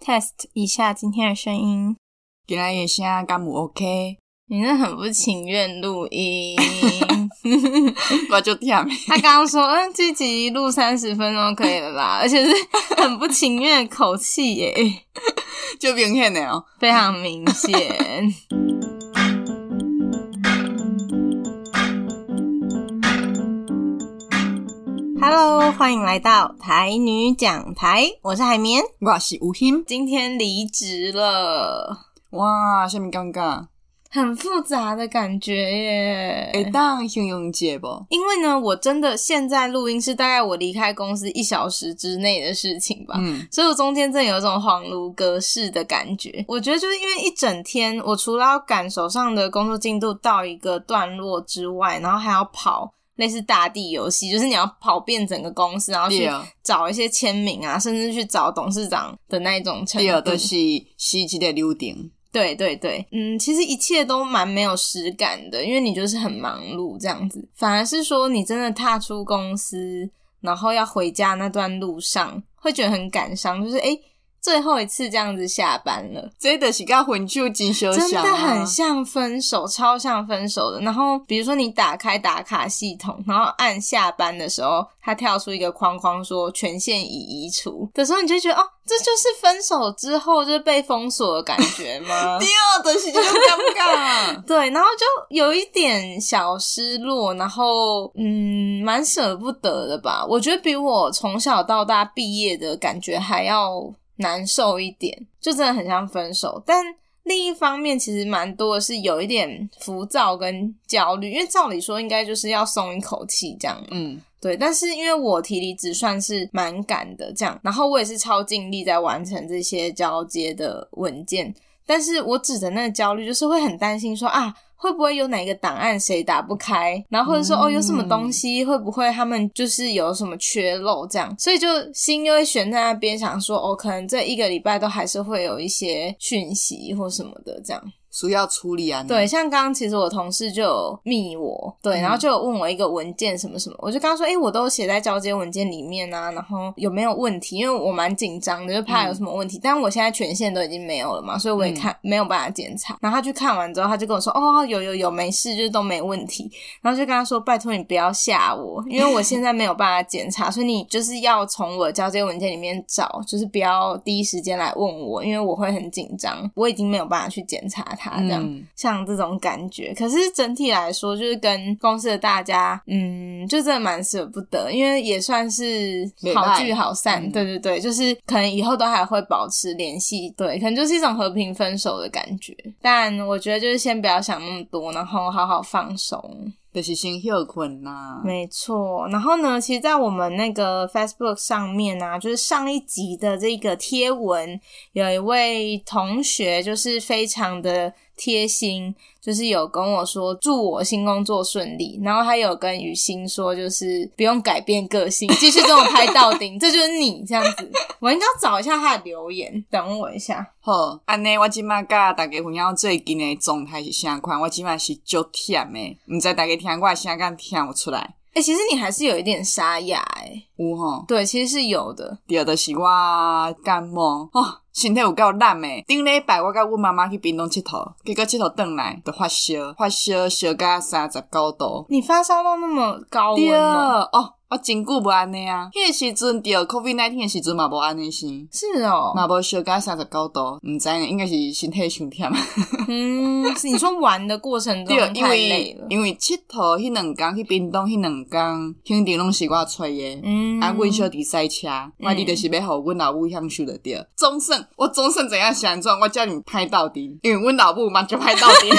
test 一下今天的声音。给他一下干姆 OK， 你真的很不情愿录 音。我就 听没。他刚刚说：“嗯，这集录三十分钟可以了 啦。”而且是很不情愿的口气耶，就明显的哦。非常明显。Hello，欢迎来到台女讲台，我是海绵。我是吴昕，今天离职了，哇，什么尴尬？很复杂的感觉耶。会当形容节不？因为呢，我真的现在录音是大概我离开公司一小时之内的事情吧，嗯，所以我中间真的有一种恍如隔世的感觉。我觉得就是因为一整天，我除了要赶手上的工作进度到一个段落之外，然后还要跑类似大地游戏，就是你要跑遍整个公司，然后对去啊找一些签名啊，甚至去找董事长的那一种程第二度就是是这个流程，对对对，嗯，其实一切都蛮没有实感的，因为你就是很忙碌这样子，反而是说你真的踏出公司，然后要回家那段路上，会觉得很感伤，就是诶，最后一次这样子下班了，这就是跟分手真相、啊，真的很像分手，超像分手的。然后比如说你打开打卡系统，然后按下班的时候，它跳出一个框框说权限已移除的时候，你就觉得哦，这就是分手之后就是被封锁的感觉 吗？。对，啊就是这种尴尬 对，然后就有一点小失落，然后嗯，蛮舍不得的吧。我觉得比我从小到大毕业的感觉还要难受一点，就真的很像分手。但另一方面，其实蛮多的是有一点浮躁跟焦虑，因为照理说应该就是要松一口气这样。嗯，对，但是因为我提离职算是蛮赶的这样，然后我也是超尽力在完成这些交接的文件，但是我指的那个焦虑就是会很担心说啊。会不会有哪个档案谁打不开，然后或者说、哦有什么东西会不会他们就是有什么缺漏这样，所以就心就会悬在那边，想说哦可能这一个礼拜都还是会有一些讯息或什么的这样。需要处理啊。对，，像刚刚其实我同事就有密我，对，嗯然后就有问我一个文件什么什么，我就跟他说，哎、我都写在交接文件里面啊，然后有没有问题？因为我蛮紧张的，就怕有什么问题。但我现在权限都已经没有了嘛，所以我也看、没有办法检查。然后他去看完之后，他就跟我说，哦，有有有，没事，就是都没问题。然后就跟他说，拜托你不要吓我，因为我现在没有办法检查，所以你就是要从我的交接文件里面找，就是不要第一时间来问我，因为我会很紧张，我已经没有办法去检查它啊这样。嗯像这种感觉。可是整体来说，就是跟公司的大家，嗯，就真的蛮舍不得，因为也算是没好赖聚好散。嗯对对对，就是可能以后都还会保持联系，对，可能就是一种和平分手的感觉。但我觉得就是先不要想那么多，然后好好放松。就是先休困啦。没错，然后呢，其实，在我们那个 Facebook 上面啊，就是上一集的这个贴文，有一位同学就是非常的贴心，就是有跟我说祝我新工作顺利，然后还有跟雨欣说，就是不用改变个性，继续跟我拍到顶， 这就是你这样子。我应该要找一下他的留言，等我一下。好，安尼我即马甲大家分享最近的状态是啥款？我即马是足忝的，毋知大家听我的声敢听有出来？哎、其实你还是有一点沙哑哎、有吼，对，其实是有的。对，就是我感冒，哦，身体有够烂诶。顶礼拜我甲阮妈妈去屏东佚佗，结果佚佗转来就发烧，发烧烧到三十九度。你发烧到那么高温对，哦、哦，我真久无安尼啊。迄个时阵着 COVID 1 9的时阵嘛无安尼生，是哦、嘛无烧到三十九度，毋知呢，应该是身体伤忝。嗯，是你说玩的过程中对，因太累为了，因为佚佗迄两工去屏东迄两工，肯定拢是我揣诶。嗯，啊，阮小弟赛车，我弟就是要互阮老母享受着着。总算我总算知影是安怎，我遮尔歹斗阵，因为阮老母嘛就歹斗 阵。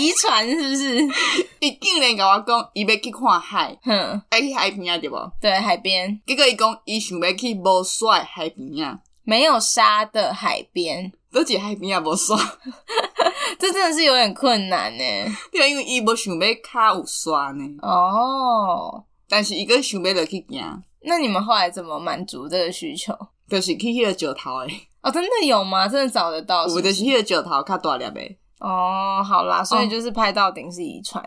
遗传是不是？ 伊竟然甲我讲，伊要去看海，哼，爱去海边啊，对无？对，海边结果伊讲，伊想要去无沙的海边啊，没有沙的海边，倒一个海边啊无沙， 这真的是有点困难欸呢。对，因为伊无想要骹有沙呢，哦，但是伊个想要落去行，那你们后来怎么满足这个需求？就是去迄个石头诶， 哦，真的有吗？真的找得到是有不？就是 是迄个石头较大粒诶。哦，好啦，所以就是拍到顶是遗传。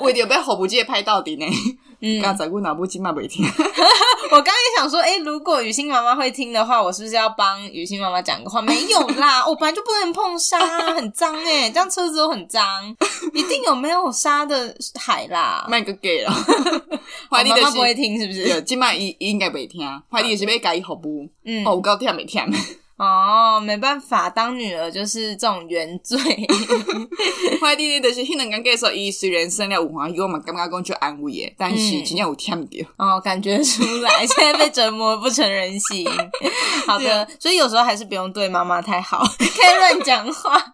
为着要服务界拍到底呢， 嗯，刚才阮老母即嘛袂听， 我刚刚也想说，哎、如果雨欣妈妈会听的话，我是不是要帮雨欣妈妈讲个话？没有啦， 我本来就不能碰沙、很脏哎、这样车子都很脏，一定有没有沙的海啦。卖个假 啦。我怀疑哦妈就妈不会是，听是不是？对，即嘛伊伊应该袂听，怀疑就是要家伊服务，嗯，哦，有够忝袂忝。 哦，没办法，当女儿就是这种原罪。 怀疑你就是迄两工结束，伊虽然生了有欢喜，我嘛感觉讲就安慰诶，但是嗯真正有忝着。哦，感觉出来，现在被折磨不成人 形。好啊的，所以有时候还是不用对妈妈太好， 可以乱讲 话。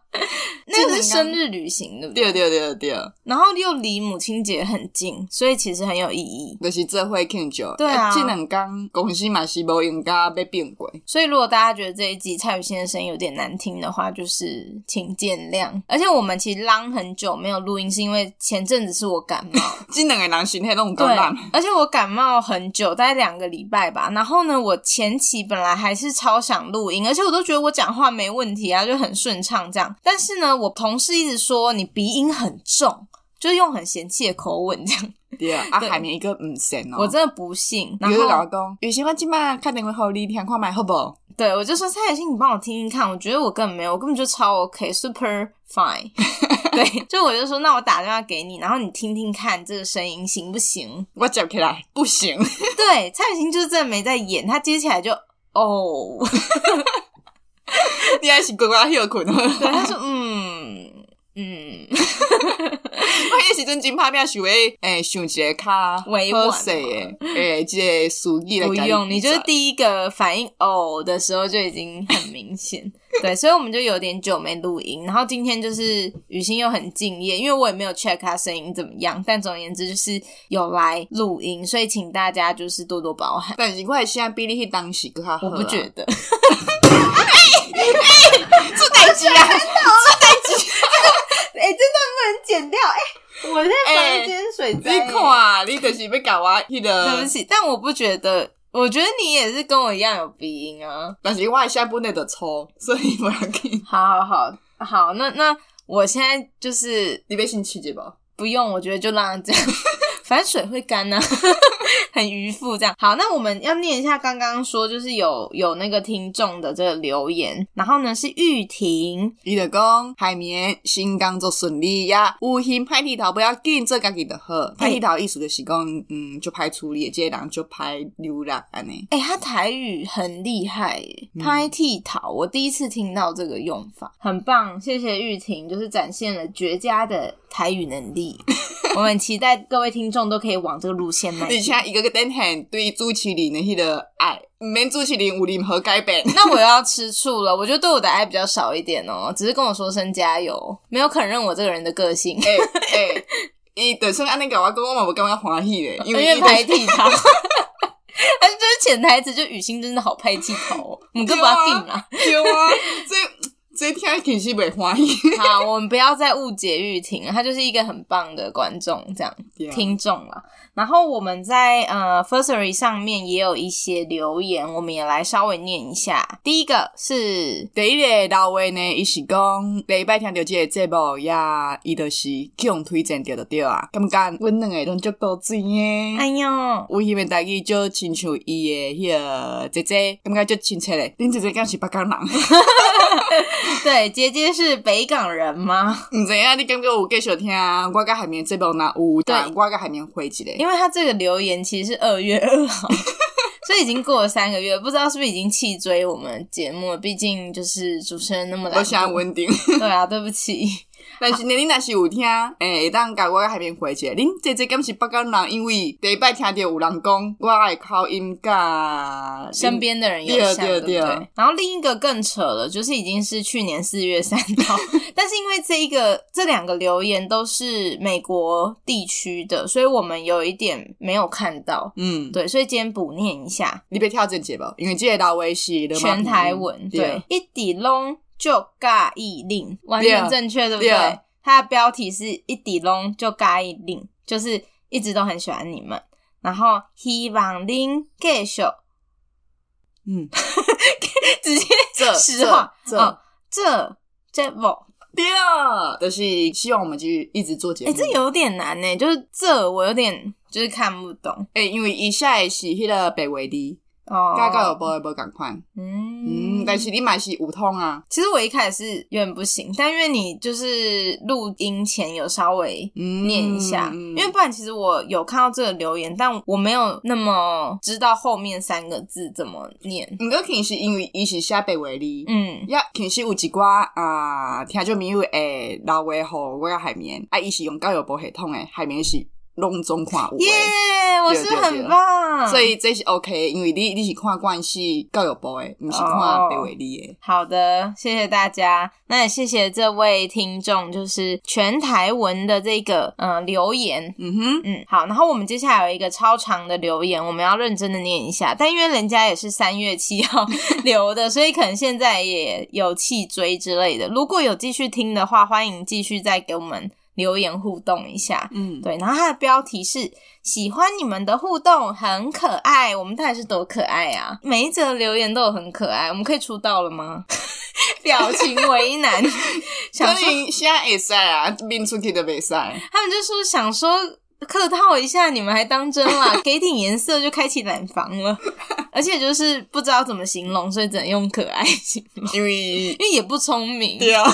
那个是生日旅行，对不对？ 对对对对，然后又离母亲节很近，所以其实很有意义。就是做伙庆祝。欸对啊即两工公司嘛是无用甲要变过。所以如果大家觉得这一集蔡雨欣的声音有点难听的话，就是请见谅。而且我们其实浪很久没有录音，是因为前阵子是我感冒，即两个人身体拢有够对烂。，而且我感冒很久，大概两个礼拜吧。然后呢，我前期本来还是超想录音，而且我都觉得我讲话没问题啊，就很顺畅这样。但是呢，我同事一直说你鼻音很重。就是用很嫌弃的口吻这样，对啊，啊对海绵一个毋信哦。我真的不信。然有人甲我后，讲，雨欣，我即摆打电话互你听看觅好无？对我就说蔡雨欣，你帮我听听看。我觉得我根本没有，我根本就超 OK，super、fine。对，就我就说，那我打电话给你，然后你听听看这个声音行不行？我接起来不行， 对，蔡雨欣就是真的没在演，她接起来就哦， 你还是乖乖休困。 对，他说嗯嗯，我迄时阵真拍拼想要诶，想一个较委婉好势诶，诶，即个俗语来不甲用，比你就是较第一个反应哦的时候就已经很明显。 对，所以我们就有点久没录音，然后今天就是雨欣又很敬业，因为我也没有 check 她声音怎么样，但总而言之就是有来录音，所以请大家就是多多包涵。但是我的声音比你迄当时搁较好。啊我不觉，得，出代志啊！ 哎、真的不能剪掉，哎、我现在房间水你看啊，你就是要甲我迄对不个，起，但我不觉得，我觉得你也是跟我一样有鼻音啊。但是我的声音本来就粗，所以无要紧。好好好好，那那我现在就是你要先试者无？不用，我觉得就让它这样， 反正水会干呐、 很渔夫这样。好，那我们要念一下刚刚说，就是有有那个听众的这个留言，然后呢是玉婷，伊就讲海绵新工作顺利呀，有闲歹剃头不要紧，做家己就好。歹剃头的意思就是讲，嗯，就歹处理，即个人就歹流浪安尼。哎、她台语很厉害耶，嗯拍剃头，我第一次听到这个用法，很棒，谢谢玉婷，就是展现了绝佳的台语能力。我们期待各位听众都可以往这个路线迈而进。且伊个等现对主持人的迄个爱，毋免主持人有任何 改变。那我要吃醋了，我觉得对我的爱比较少一点哦，只是跟我说声加油，没有肯认我这个人的个性，诶诶，哎伊就算安尼甲我讲，我嘛无感觉欢喜 咧，因因为为伊拍剃 头。但是就是潜台词，就雨欣真的好拍剃头、哦，你个把定啊！对啊，这这听其实袂欢 喜。好，我们不要再误解玉婷，她就是一个很棒的观众，这样。对啊听众啦。然后我们在呃 Firstory 上面也有一些留言，我们也来稍微念一下。第一个是第一个老话呢，伊是讲礼拜听到即个节目呀，伊就是去互推荐着就对啊。感觉阮两个拢足够水哎诶。呦，有迄个代志，就亲像伊诶迄个姐姐，感觉足亲切咧。恁姐姐敢是北港人？对，姐姐是北港人吗？毋知啊影你感觉有继续听？啊我甲海绵节目若有，对但我甲海绵回一个。因为他这个留言其实是二月二号，所以已经过了三个月，不知道是不是已经弃追我们节目了。毕竟就是主持人那么我懒想惰，稳定， 对啊，对不起。但是呢，恁若是有听，诶、会当甲我甲海绵回一个。恁姐姐敢是北港人，因为第一摆听着有人讲我诶口音甲身边的人有像，对对啊不对啊对啊对？然后另一个更扯了，就是已经是去年四月三 号，但是因为这一个这两个留言都是美国地区的，所以我们有一点没有看到。嗯，对，所以今天补念一下。你别跳正节无，因为这个老话是罗马拼全音台文，对，，一底拢就尬意令，完对啊全正确，对不对啊对？它的标题是一底拢就尬意令，就是一直都很喜欢你们，然后希望恁继续嗯，直接这 实话这哦哦这这不第二就是希望我们继续一直做节哎、目。这有点难呢、就是这我有点就是看不懂哎、因为以下的是迄个北维的，哦。甲教育部的无共款。嗯嗯，但是你嘛是有通啊。其实我一开始是有点不行，但因为你就是录音前有稍微嗯，念一下，嗯因为不然其实我有看到这个留言，但我没有那么知道后面三个字怎么念。毋过肯是因为伊是写北维的。嗯，也其实有一寡啊、听众朋友会老话吼，我要海绵，啊，伊是用教育部系统诶，海绵是拢总看有诶耶、我是不是很棒，所以这是 OK，的因为你你是看惯是教育部诶，毋是看北维你诶。好的，谢谢大家。那也谢谢这位听众，就是全台文的这个呃留言。嗯哼，嗯，好，然后我们接下来有一个超长的留言，我们要认真的念一下。但因为人家也是三月七号留的，所以可能现在也有气追之类的。如果有继续听的话，欢迎继续再给我们留言互动一下。嗯，对，然后它的标题是“喜欢你们的互动，很可爱”。我们到底是多可爱啊？每一则留言都有很可爱，我们可以出道了吗？ 表情为难， 想可说能现在会使啊，面出去都袂使。 他们就说想说客套一下，你们还当真啦？ 给点颜色就开启染房了， 而且就是不知道怎么形容，所以只能用可爱形容，因为因为也不聪明，对啊，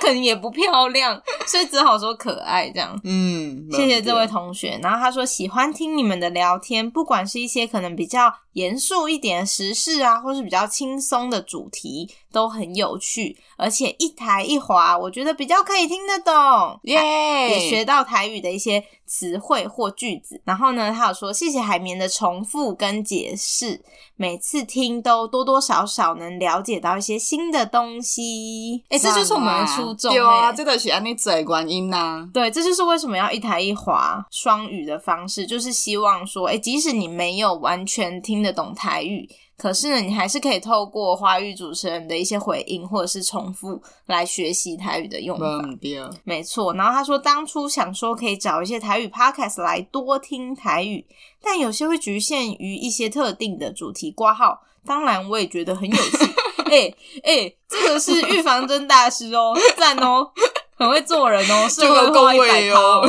可能也不漂亮，所以只好说可爱这样。嗯，谢谢这位同学。然后他说喜欢听你们的聊天，不管是一些可能比较严肃一点的时事啊，或是比较轻松的主题，都很有趣，而且一抬一滑，我觉得比较可以听得懂。耶，也学到台语的一些词汇或句子，然后呢，他有说谢谢海绵的重复跟解释，每次听都多多少少能了解到一些新的东西。哎、这就是我们的初衷、哎对啊，诶这就是安尼做的原因啊呐。对，这就是为什么要一台一滑双语的方式，就是希望说，诶，即使你没有完全听得懂台语，可是呢，你还是可以透过华语主持人的一些回应或者是重复来学习台语的用法。嗯，对，没错，然后他说当初想说可以找一些台语 podcast 来多听台语，但有些会局限于一些特定的主题挂号。当然，我也觉得很有趣。 哎哎、这个是预防针大师哦，赞哦，很会做人哦，社会化一百趴哦。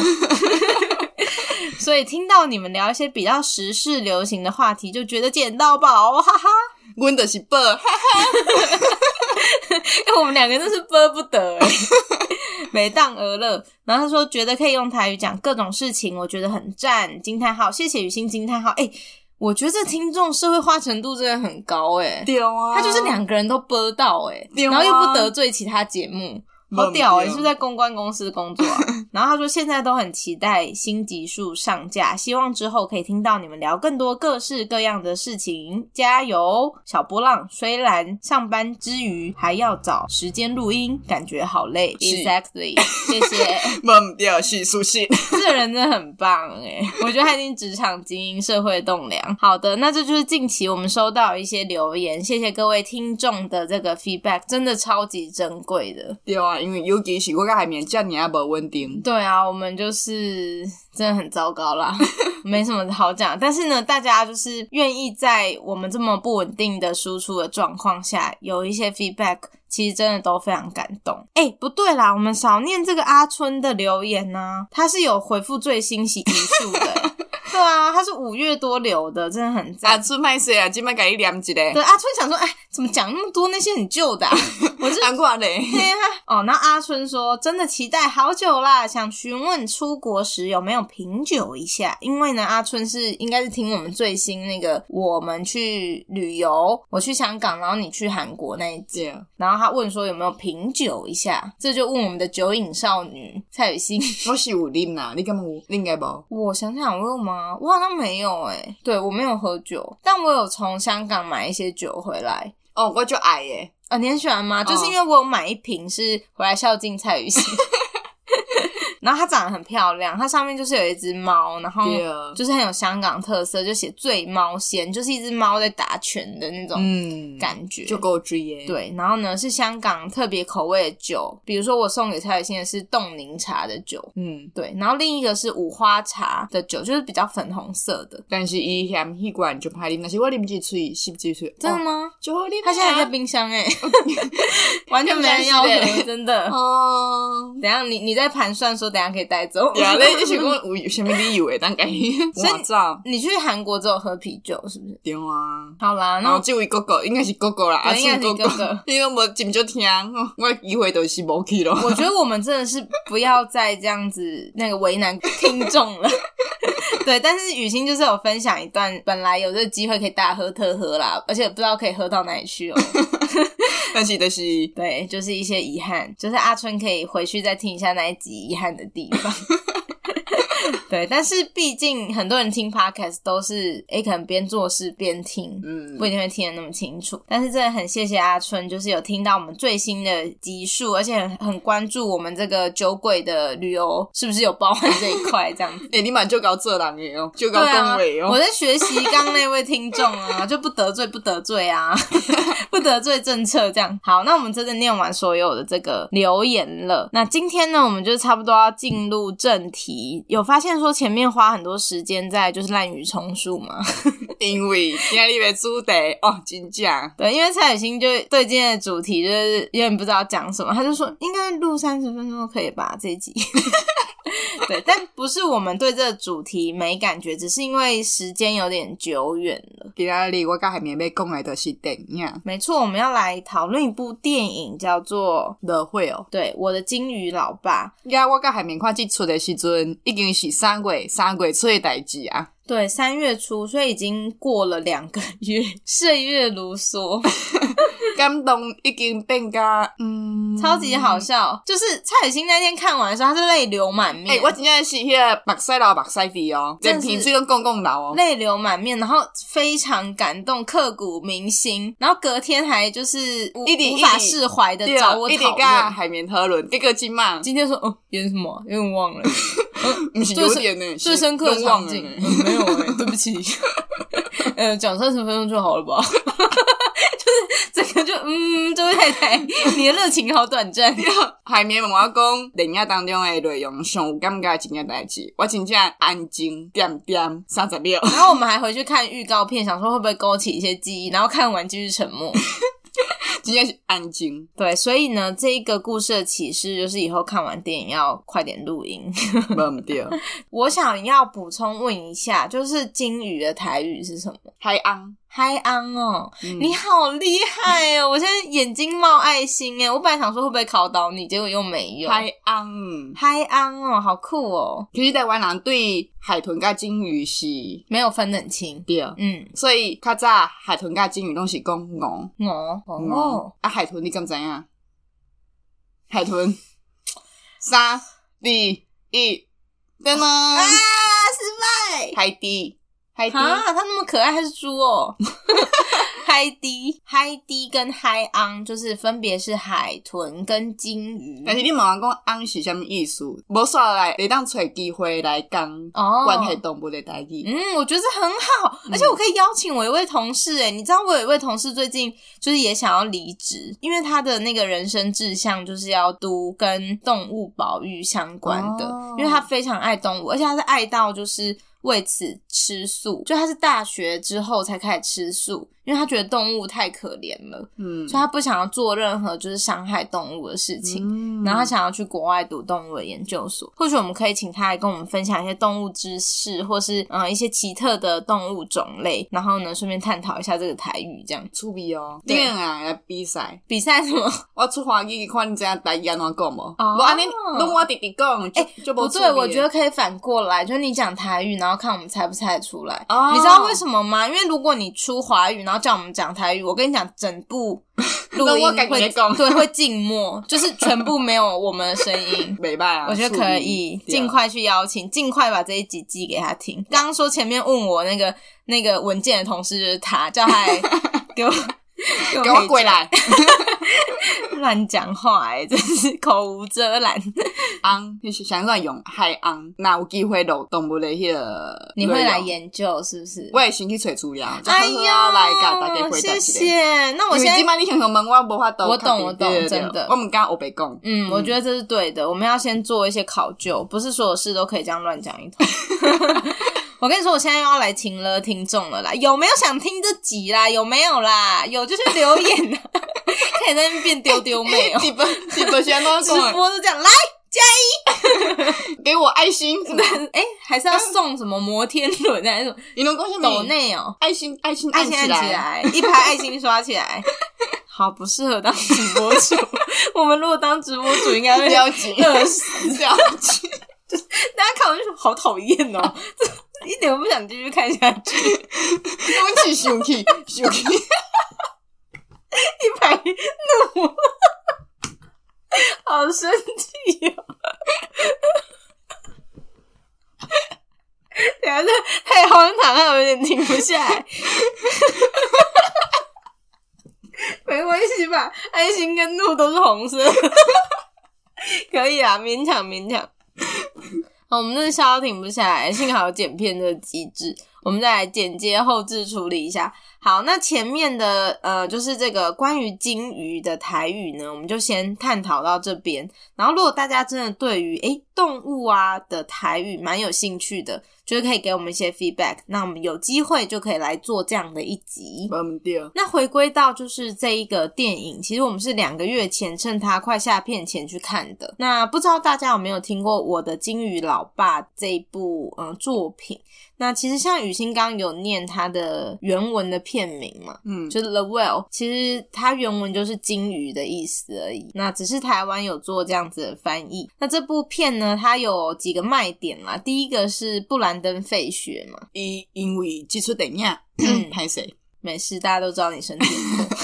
所以听到你们聊一些比较时事流行的话题，就觉得捡到宝，哈哈！阮就是 宝，哎、我们两个真是播不得 哎、每当而乐。然后他说觉得可以用台语讲各种事情，我觉得很赞，惊叹号！谢谢雨欣，惊叹号！哎、我觉得这听众社会化程度真的很高哎、对啊他就是两个人都播到哎、对啊然后又不得罪其他节目。好屌哎、嗯对是不是在公关公司工作、啊？然后他说现在都很期待新集数上架，希望之后可以听到你们聊更多各式各样的事情。加油，小波浪！虽然上班之余还要找时间录音，感觉好累。是 Exactly，谢谢。 忘掉是属性。这个人真的很棒哎、我觉得他已经职场精英、社会栋梁。好的，那这就是近期我们收到一些留言，谢谢各位听众的这个 feedback，真的超级珍贵的。对啊，因为尤其是我甲海绵遮尔啊无稳定，对啊，我们就是真的很糟糕啦，没什么好讲。但是呢，大家就是愿意在我们这么不稳定的输出的状况下，有一些 feedback，其实真的都非常感动。哎、不对啦，我们少念这个阿春的留言呢、他是有回复最新集数的、 欸对啊，他是五月多留的，真的很啊，赞。出歹势啊，即摆甲你念一个，对，阿春想说，哎，怎么讲那么多那些很旧的、啊？我是难怪咧。对啊， 哦，那阿春说真的期待好久啦，想询问出国时有没有品酒一下，因为呢，阿春是应该是听我们最新那个我们去旅游，我去香港，然后你去韩国那一集，对，啊然后他问说有没有品酒一下，这就问我们的酒瘾少女蔡雨欣。我是有啉啦，你敢有？你应该无。我想想，我有吗？我好像没有诶、对我没有喝酒，但我有从香港买一些酒回来。哦，我就爱诶，哦 啊，你很喜欢吗？就是因为我有买一瓶是回来孝敬蔡雨欣，然后它长得很漂亮，它上面就是有一只猫，然后对啊就是很有香港特色，就写“醉猫仙”，就是一只猫在打拳的那种嗯，感觉。就够追耶。，对，然后呢是香港特别口味的酒，比如说我送给蔡雨欣的是冻柠茶的酒，嗯，对，然后另一个是五花茶的酒，就是比较粉红色的。但是伊嫌迄罐就歹啉，但是我啉几喙，吸几喙，真的哦吗？就好啉啊。它现在还在冰箱哎、 完全没人 要喝，真的。哦。等一下你你在盘算说等一下可以带 走吗，对啊，你你是讲有啥物理由诶？当家己所以 我走你去韩国只有喝啤酒是不是？对啊。好啦，然那后我这位哥哥应该是哥哥啦，阿对叔应该是哥哥哥哥， 因为无真少听，哦我的机会都是无去咯。我觉得我们真的是不要再这样子那个为难听众了。 对，但是雨欣就是有分享一段，本来有这个机会可以大喝特喝啦，而且不知道可以喝到哪里去哦。 但是就是对，就是一些遗憾，就是阿春可以回去再听一下那一集遗憾的地方。对，但是毕竟很多人听 podcast 都是诶，可能边做事边听，嗯不一定会听得那么清楚。但是真的很谢谢阿春，就是有听到我们最新的集数，而且很很关注我们这个酒鬼的旅游是不是有包含这一块这样 子。诶、你嘛就搞做人诶哦，就搞对恭啊维，我哦。在学习刚刚那位听众啊，就不得罪不得罪啊， 不得罪政策这样。好，那我们真的念完所有的这个留言了。那今天呢，我们就差不多要进入正题。有发现说前面花很多时间在就是滥竽充数吗？因为今日的主题哦，真正对，因为蔡雨欣就对今天的主题就是有点不知道讲什么，他就说应该录三十分钟可以吧这一集。 对，但不是我们对这个主题没感觉，只是因为时间有点久远了。今日我甲海绵要讲的都是电影《没错，我们要来讨论一部电影，叫做乐会》哦。《对我的金鱼老爸呀，我甲海绵看即出的时阵，已经是三月三月初的代志啊。》。对，三月初，所以已经过了两个月， 岁月如梭，感动已经变甲嗯，超级好笑。就是蔡雨欣那天看完的时候，她是泪流满面，诶、我真正是迄个目屎流目屎滴哦，真连的是鼻水拢讲讲流哦。泪流满面，然后非常感动，刻骨铭心。然后隔天还就是无一直无法一直释怀的对啊找我一直讨甲论。海绵讨论，结果即嘛， 今天说哦，演什么啊？有点 忘了。毋是有点呢，最深刻的是拢场忘了景呢，嗯没有哎、对不起。 呃，讲三十分钟就好了吧？ 就是整个就嗯，这位太太，你的热情好短 暂。 海绵问我讲，电影当中的内容上有感觉真件代志，我真正安静点点三十秒。然后我们还回去看预告片，想说会不会勾起一些记忆，然后看完继续沉默。 真正是安静。对，所以呢，这一个故事的启示就是以后看完电影要快点录音。无 毋对，我想要补充问一下，就是金鱼的台语是什么？海昂，嗨安哦，嗯你好厉害哦！我现在眼睛冒爱心哎，我本来想说会不会考倒你，结果又没有。海昂。嗨安哦，好酷哦，其实台湾人对海豚甲鲸鱼是没有分得很清。对，嗯，所以较早海豚甲鲸鱼拢是讲鹅哦哦鹅，啊，海豚你敢知影？海豚，三、二、一，噔啊，噔，失败！海底，海底，啊，它那么可爱，它是猪哦。 嗨迪、嗨迪跟嗨昂就是分别是海豚跟金鱼。但是你问我讲昂是啥物意思，无煞来会当找机会来讲哦关系动物的代志。嗯，我觉得这很好，嗯而且我可以邀请我一位同事、欸，你知道我有一位同事最近就是也想要离职，因为他的那个人生志向就是要读跟动物保育相关的，哦因为他非常爱动物，而且他是爱到就是为此吃素，就他是大学之后才开始吃素，因为他觉得动物太可怜了，嗯所以他不想要做任何就是伤害动物的事情。嗯然后他想要去国外读动物的研究所，或许我们可以请他来跟我们分享一些动物知识，或是嗯、呃一些奇特的动物种类，然后呢顺便探讨一下这个台语这样趣味哦，对你两个来比赛，比赛 什么？我出花语看你知影台语安怎讲无？哦无安尼，拢我直直讲，就就无不趣对，味我觉得可以反过来，就是你讲台语，然后看我们猜不猜得出来。哦你知道为什么吗？因为如果你出华语，然后叫我们讲台语，我跟你讲，整 部录那音我感觉会讲对会静默，就是全部没有我们的声音。袂歹啊，我觉得可以，趣味尽。快去邀请，尽快把这一集寄给他听。刚刚说前面问我那个那个文件的同事就是他，叫他来给我。给对啊给我过来，乱讲话哎、真是口无遮拦。昂，就是想算用海昂，那有机会就动物的迄、那个。你会来？研究是不是？我会先去找资料，哎就是要呀，来甲大家哦回答哎谢一下。谢。那我因现为即在，摆你想想问我，无法度我确定。懂我懂对对对真的我毋敢黑白讲。嗯，我觉得这是对的。我们要先做一些考究，不是所有事都可以这样乱讲 一通。我跟你说，我现在又要来听了听众了啦，有没有想听这集啦？有没有啦？有就是留言啊， 可以在那边变丢丢妹哦、 你不你不 先都直讲，播就这样来，给我爱心 什么？哎、还是要送什么摩天轮啊还是什么你能讲什么 抖？内哦、爱心爱心爱起心按起。来， 一排爱心刷起来。好，不适合当直播主。 我们如果当直播主，应该会标记， 饿死。标记，大家看完就说好讨厌哦，这一点都不想继续看下去。我起生气，生气， 一排怒，好生气哦。 等一下这太荒唐了，我有点停不下来。没关系吧，爱心跟怒都是红色， 可以啊，勉强勉强。好，我们真的笑到停不下来，幸好有剪片的机制。我们再来剪接后置处理一下。好，那前面的呃，就是这个关于金鱼的台语呢，我们就先探讨到这边。然后，如果大家真的对于诶动物啊的台语蛮有兴趣的，就是可以给我们一些 feedback。那我们有机会就可以来做这样的一集。无毋对。那回归到就是这一个电影，其实我们是两个月前趁它快下片前去看的。那不知道大家有没有听过《我的金鱼老爸》这一部嗯作品？那其实像雨欣刚刚有念它的原文的片名嘛，嗯，就是 the whale，其实它原文就是金鱼的意思而已。那只是台湾有做这样子的翻译。那这部片呢，它有几个卖点啦。第一个是布兰登·费雪嘛，伊因为即出电影嗯歹势，没事，大家都知道你身体很痛。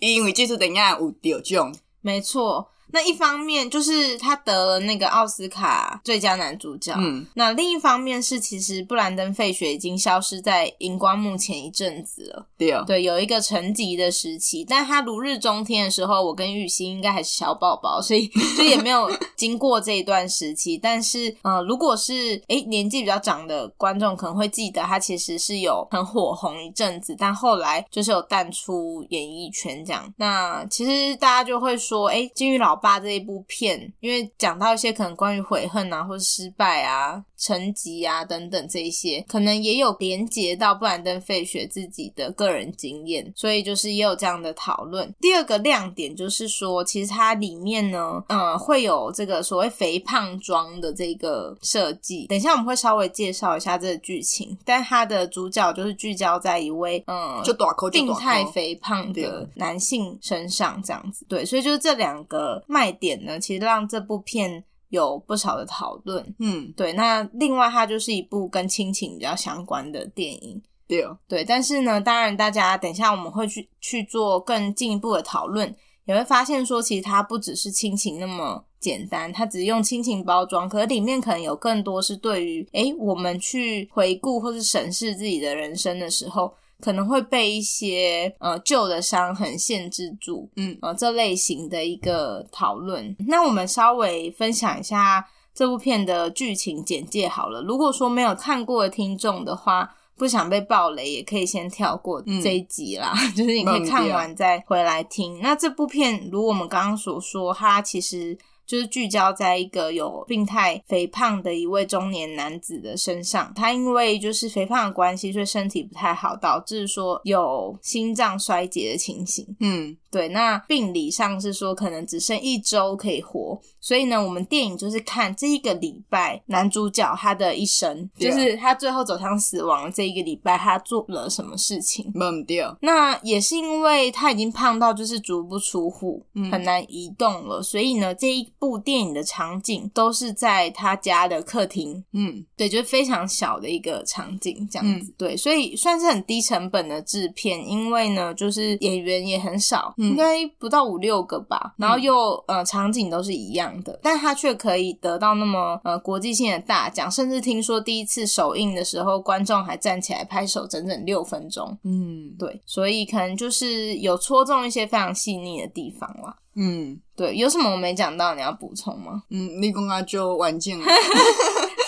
伊因为即出电影有得奖，没错，那一方面就是他得了那个奥斯卡最佳男主角。嗯，那另一方面是，其实布兰登·费雪已经消失在荧光幕前一阵子了。对，对，有一个沉寂的时期，但他如日中天的时候，我跟玉溪应该还是小宝宝，所以就也没有经过这一段时期。但是，呃，如果是诶年纪比较长的观众，可能会记得他其实是有很火红一阵子，但后来就是有淡出演艺圈这样。那其实大家就会说，诶，《金鱼老爸》这一部片，因为讲到一些可能关于悔恨啊，或者失败啊、成绩啊等等这一些，可能也有连接到布兰登·费雪自己的个人经验，所以就是也有这样的讨论。第二个亮点就是说，其实它里面呢，呃，会有这个所谓肥胖装的这个设计。等一下我们会稍微介绍一下这个剧情，但它的主角就是聚焦在一位嗯，就大口就病大态口。肥胖的对男性身上这样子。对，所以就是这两个卖点呢，其实让这部片有不少的讨论。嗯，对，那另外它就是一部跟亲情比较相关的电影。对，对，但是呢，当然大家等一下我们会去去做更进一步的讨论，也会发现说，其实它不只是亲情那么简单，它只是用亲情包装，可是里面可能有更多是对于诶我们去回顾或是审视自己的人生的时候，可能会被一些呃旧的伤痕限制住，嗯，呃这类型的一个讨论。那我们稍微分享一下这部片的剧情简介好了。如果说没有看过的听众的话，不想被暴雷，也可以先跳过嗯这一集啦， 就是你可以看完再回来听。那这部片，如我们刚刚所说，它其实。就是聚焦在一个有病态肥胖的一位中年男子的身上，他因为就是肥胖的关系，所以身体不太好，导致说有心脏衰竭的情形。嗯，对，那病理上是说可能只剩一周可以活，所以呢，我们电影就是看这一个礼拜男主角他的一生，对就啊是他最后走向死亡的这一个礼拜，他做了什么事情。无毋对，那也是因为他已经胖到就是足不出户，嗯很难移动了，所以呢，这一部电影的场景都是在他家的客厅，嗯，对，就是非常小的一个场景这样子，对，所以算是很低成本的制片，因为呢，就是演员也很少，嗯应该不到五六个吧，然后又呃场景都是一样的，但他却可以得到那么呃国际性的大奖，甚至听说第一次首映的时候，观众还站起来拍手整整六分钟，嗯，对，所以可能就是有戳中一些非常细腻的地方啦。嗯对，有什么我没讲到，你要补充吗嗯，你讲啊就完 整了，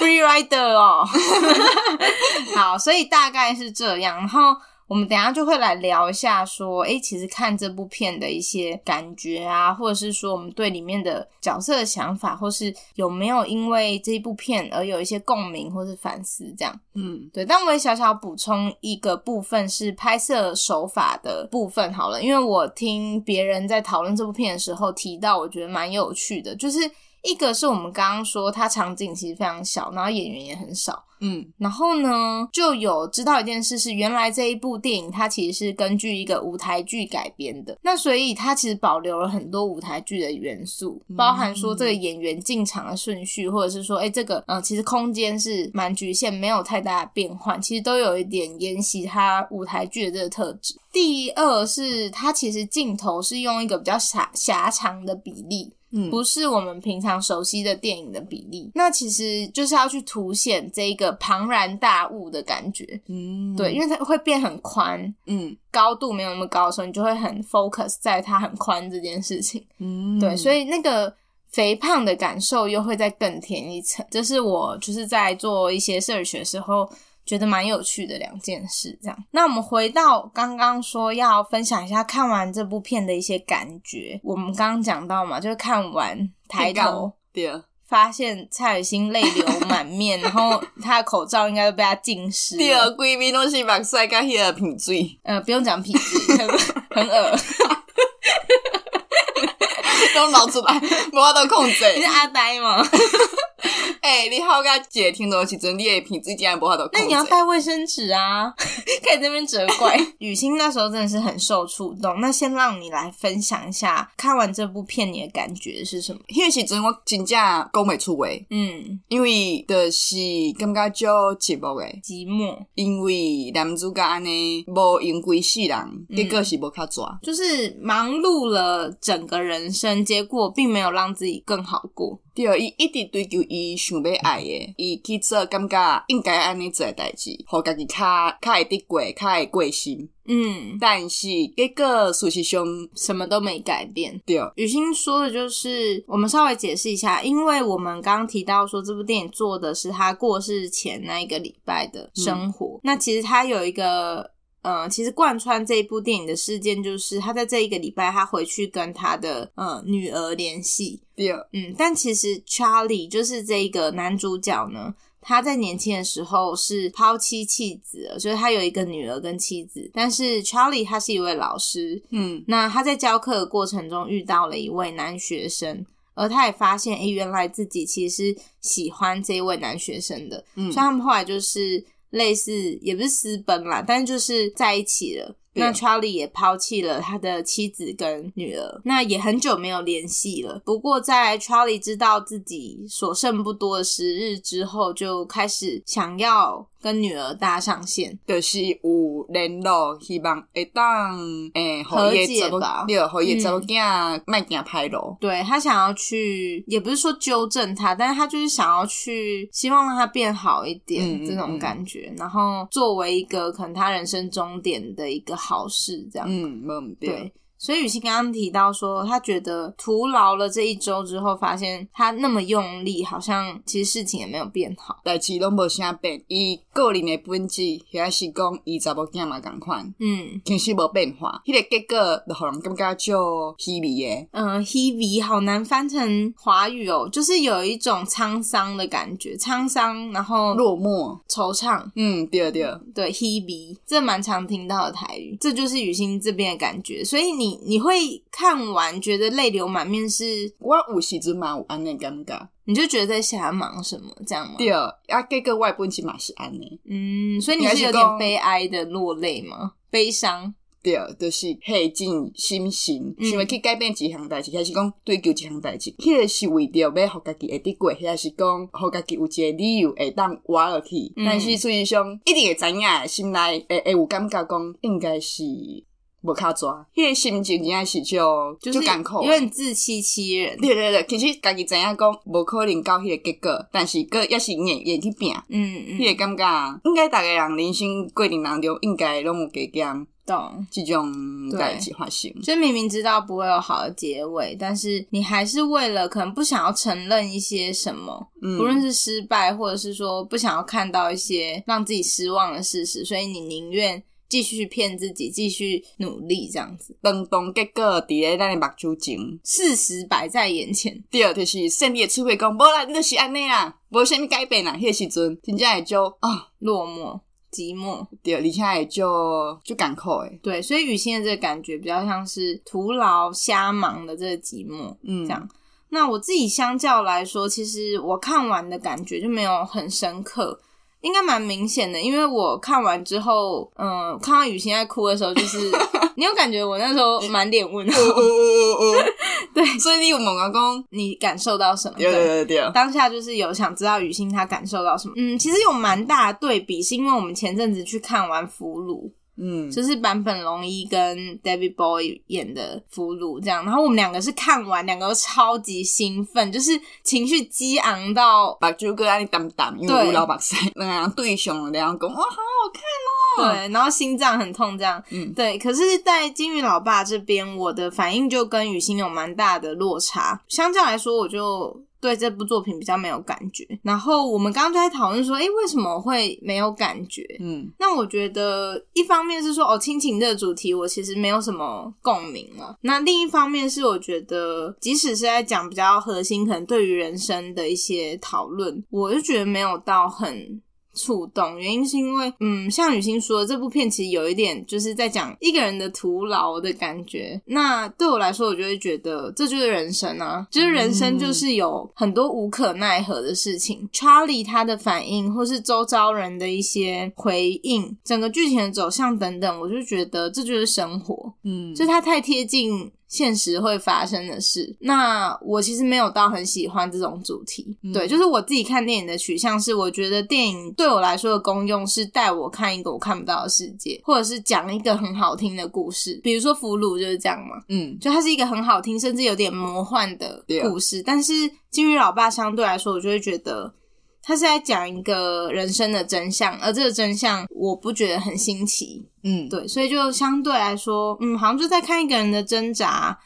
？Free Rider 哦， 好，所以大概是这样。然后我们等一下就会来聊一下，说，诶，其实看这部片的一些感觉啊，或者是说我们对里面的角色的想法，或是有没有因为这部片而有一些共鸣或是反思这样。嗯对，但我也小小补充一个部分是拍摄手法的部分好了，因为我听别人在讨论这部片的时候提到，我觉得蛮有趣的，就是一个是我们刚刚说它场景其实非常小，然后演员也很少。嗯然后呢，就有知道一件事是，原来这一部电影它其实是根据一个舞台剧改编的，那所以它其实保留了很多舞台剧的元素，包含说这个演员进场的顺序，或者是说，哎，这个嗯、呃其实空间是蛮局限，没有太大的变换，其实都有一点沿袭它舞台剧的这个特质。第二是它其实镜头是用一个比较狭狭长的比例，嗯不是我们平常熟悉的电影的比例。那其实就是要去凸显这一个庞然大物的感觉，嗯，对，因为它会变很宽，嗯高度没有那么高的时候，你就会很 focus 在它很宽这件事情，嗯，对，所以以那个。肥胖的感受又会再更添一层，这是我就是在做一些 search 的时候觉得蛮有趣的两件事。这样，那我们回到刚刚说要分享一下看完这部片的一些感觉。我们刚刚讲到嘛，就是看完抬头，对，发现蔡雨欣泪流满面，然后她的口罩应该都被她浸 湿对，了。闺蜜拢是目屎甲迄个鼻水，呃，不用讲痞子，很很恶，拢流出来，无法度控制。 你是阿呆吗？诶、你好，甲一个听到的时阵，你的鼻水竟然无法度控那制。你要带卫生纸啊， 可以这边责怪 雨欣那时候真的是很受触动。那先让你来分享一下看完这部片你的感觉是什么？迄个时阵，我真正讲袂出话，嗯，因为就是感觉足寂寞诶。寂寞因为男主角安尼无用规世人，结果是无较抓。就是忙碌了整个人生，结果并没有让自己更好过。对，伊一直追求伊想要爱诶，伊去做感觉应该安尼做诶代志，互家己较较会得过，较会过心。嗯，但是结果事实上，什么都没改变。对，雨欣说的就是，我们稍微解释一下，因为我们刚刚提到说，这部电影做的是他过世前那一个礼拜的生活。那其实他有一个，呃，其实贯穿这一部电影的事件就是，他在这一个礼拜，他回去跟他的呃女儿联系。对，嗯，但其实 Charlie 就是这一个男主角呢，他在年轻的时候是抛妻弃子了，就是他有一个女儿跟妻子，但是 Charlie 他是一位老师，嗯那他在教课的过程中遇到了一位男学生，而他也发现，诶，原来自己其实是喜欢这一位男学生的，嗯所以他们后来就是类似，也不是私奔啦，但是就是在一起了。对啊那 Charlie 也抛弃了他的妻子跟女儿，那也很久没有联系了。不过，在 Charlie 知道自己所剩不多的时日之后，就开始想要跟女儿搭上线。就是有联络，希望会当诶，互伊和解诶查某吧对，互伊诶查某囝卖行歹路。对他想要去，也不是说纠正他，但是他就是想要去，希望让他变好一点、嗯嗯这种感觉。然后作为一个可能他人生终点的一个好事，这样、嗯，无毋对。对。所以雨欣刚刚提到说，他觉得徒劳了这一周之后，发现他那么用力，好像其实事情也没有变好。代志拢无啥变，伊个人诶本质，遐是讲伊查某囝嘛共款，嗯其实无变化。迄、个结果，就互人感觉足稀微诶。嗯、呃、，heavy 好难翻成华语哦，就是有一种沧桑的感觉，沧桑，然后落寞。惆怅。嗯，对对，对 hebe，这蛮常听到的台语，这就是雨欣这边的感觉。所以你你会看完觉得泪流满面是，我有时阵嘛有安尼感觉，你就觉得在瞎忙什么这样吗？对，啊，结果我的本质嘛是安尼，嗯，所以你你还是是有点讲悲哀的落泪吗？悲伤，对，就是下进心神，嗯想要去改变一项代志，还是讲追求一项代志，迄、个是为着要互家己会得过，或是讲互家己有一个理由会当活落去。嗯但是事实上，一定会知影，心内会会有感觉讲，应该是无卡抓，迄、个心情真正是就就是就艰苦的。有点自欺欺人。 对对对，其实家己知影讲无可能到迄个结果，但是佫也是硬硬去拼，嗯迄、嗯，个感觉应该逐个人人生过程当中应该拢有加减懂。即种代志发生。就明明知道不会有好的结尾，但是你还是为了可能不想要承认一些什么，嗯不论是失败，或者是说不想要看到一些让自己失望的事实，所以你宁愿继续骗自己，继续努力这样子。当当结果伫咧咱诶目睭前，事实摆在眼前，对，就是胜利诶智慧讲，无啦，你就是安尼啦，无啥物改变啦。迄个时阵真正会就啊，落寞、寂寞，对，而且会就就艰苦诶。对，所以雨欣的这个感觉比较像是徒劳瞎忙的这个寂寞。嗯，这样那我自己相较来说，其实我看完的感觉就没有很深刻，应该蛮明显的。因为我看完之后，嗯、看到雨欣在哭的时候，就是你有感觉我那时候满脸问号，哦哦 哦哦，对所以你有问我讲，你感受到什么？对对对对，当下就是有想知道雨欣她感受到什么。嗯，其实有蛮大的对比，是因为我们前阵子去看完《俘虏》，嗯，就是坂本龙一跟 David Bowie 演的《俘虏》这样，然后我们两个是看完，两个都超级兴奋，就是情绪激昂到，目睭哥安尼淡淡，因为对有老目屎，两个人对上，两个人讲哇，好好看，对，然后心脏很痛这样，嗯对。可是，在金鱼老爸这边，我的反应就跟雨欣有蛮大的落差，相较来说，我就。对这部作品比较没有感觉，然后我们刚刚就在讨论说，诶，为什么会没有感觉？嗯那我觉得一方面是说哦，亲情这个主题我其实没有什么共鸣了。那另一方面是我觉得，即使是在讲比较核心，可能对于人生的一些讨论，我就觉得没有到很。触动原因是因为，嗯，像雨欣说的，这部片其实有一点就是在讲一个人的徒劳的感觉。那对我来说，我就会觉得这就是人生啊，就是人生就是嗯是有很多无可奈何的事情。Charlie 他的反应，或是周遭人的一些回应，整个剧情的走向等等，我就觉得这就是生活，嗯，就它太贴近现实会发生的事。那我其实没有到很喜欢这种主题，嗯对，就是我自己看电影的取向是，我觉得电影对我来说的功用是带我看一个我看不到的世界，或者是讲一个很好听的故事，比如说《俘虏》就是这样嘛。嗯就它是一个很好听，甚至有点魔幻的故事。但是《金鱼老爸》相对来说，我就会觉得他是在讲一个人生的真相，而这个真相我不觉得很新奇，嗯，对，所以就相对来说，嗯，好像就在看一个人的挣扎。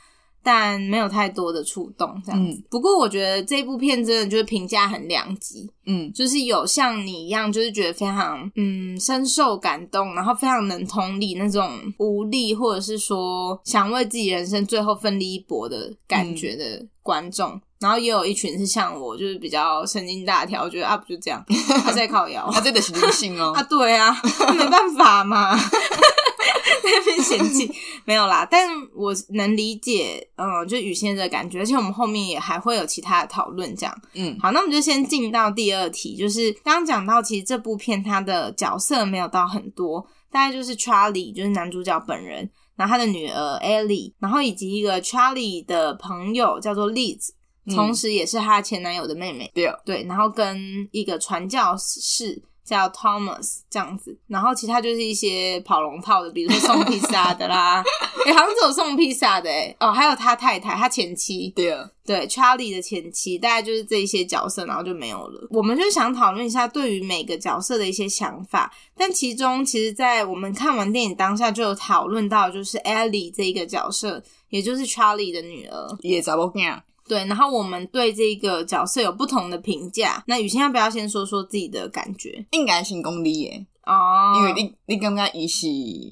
但没有太多的触动，这样子。不过我觉得这部片真的就是评价很两极，嗯就是有像你一样，就是觉得非常嗯深受感动，然后非常能同理那种无力，或者是说想为自己人生最后奋力一搏的感觉的观众。然后也有一群是像我，就是比较神经大条，觉得啊不就这样，他在靠摇 啊，这就是人性哦啊，，对啊，没办法嘛，那边嫌弃没有啦。但我能理解，嗯，就雨欣的感觉，而且我们后面也还会有其他的讨论这样。嗯好，那我们就先进到第二题，就是刚刚讲到，其实这部片它的角色没有到很多，大概就是 Charlie，就是男主角本人，然后他的女儿 Ellie，然后以及一个 Charlie 的朋友叫做 Liz，嗯同时也是她前男友的妹妹。对，对，然后跟一个传教士叫 Thomas 这样子，然后其他就是一些跑龙套的，比如说送披萨的 啦，诶、好像只有送披萨的诶、哦，还有他太太，他前妻，对，对 Charlie 的前妻，大概就是这一些角色，然后就没有了。我们就想讨论一下对于每个角色的一些想法，但其中其实，在我们看完电影当下就有讨论到，就是 Ellie 这一个角色，也就是 Charlie 的女儿，伊诶查某囝，对，然后我们对这个角色有不同的评价。那雨欣要不要先说说自己的感觉？应该先讲你诶，哦因为你你感觉伊是，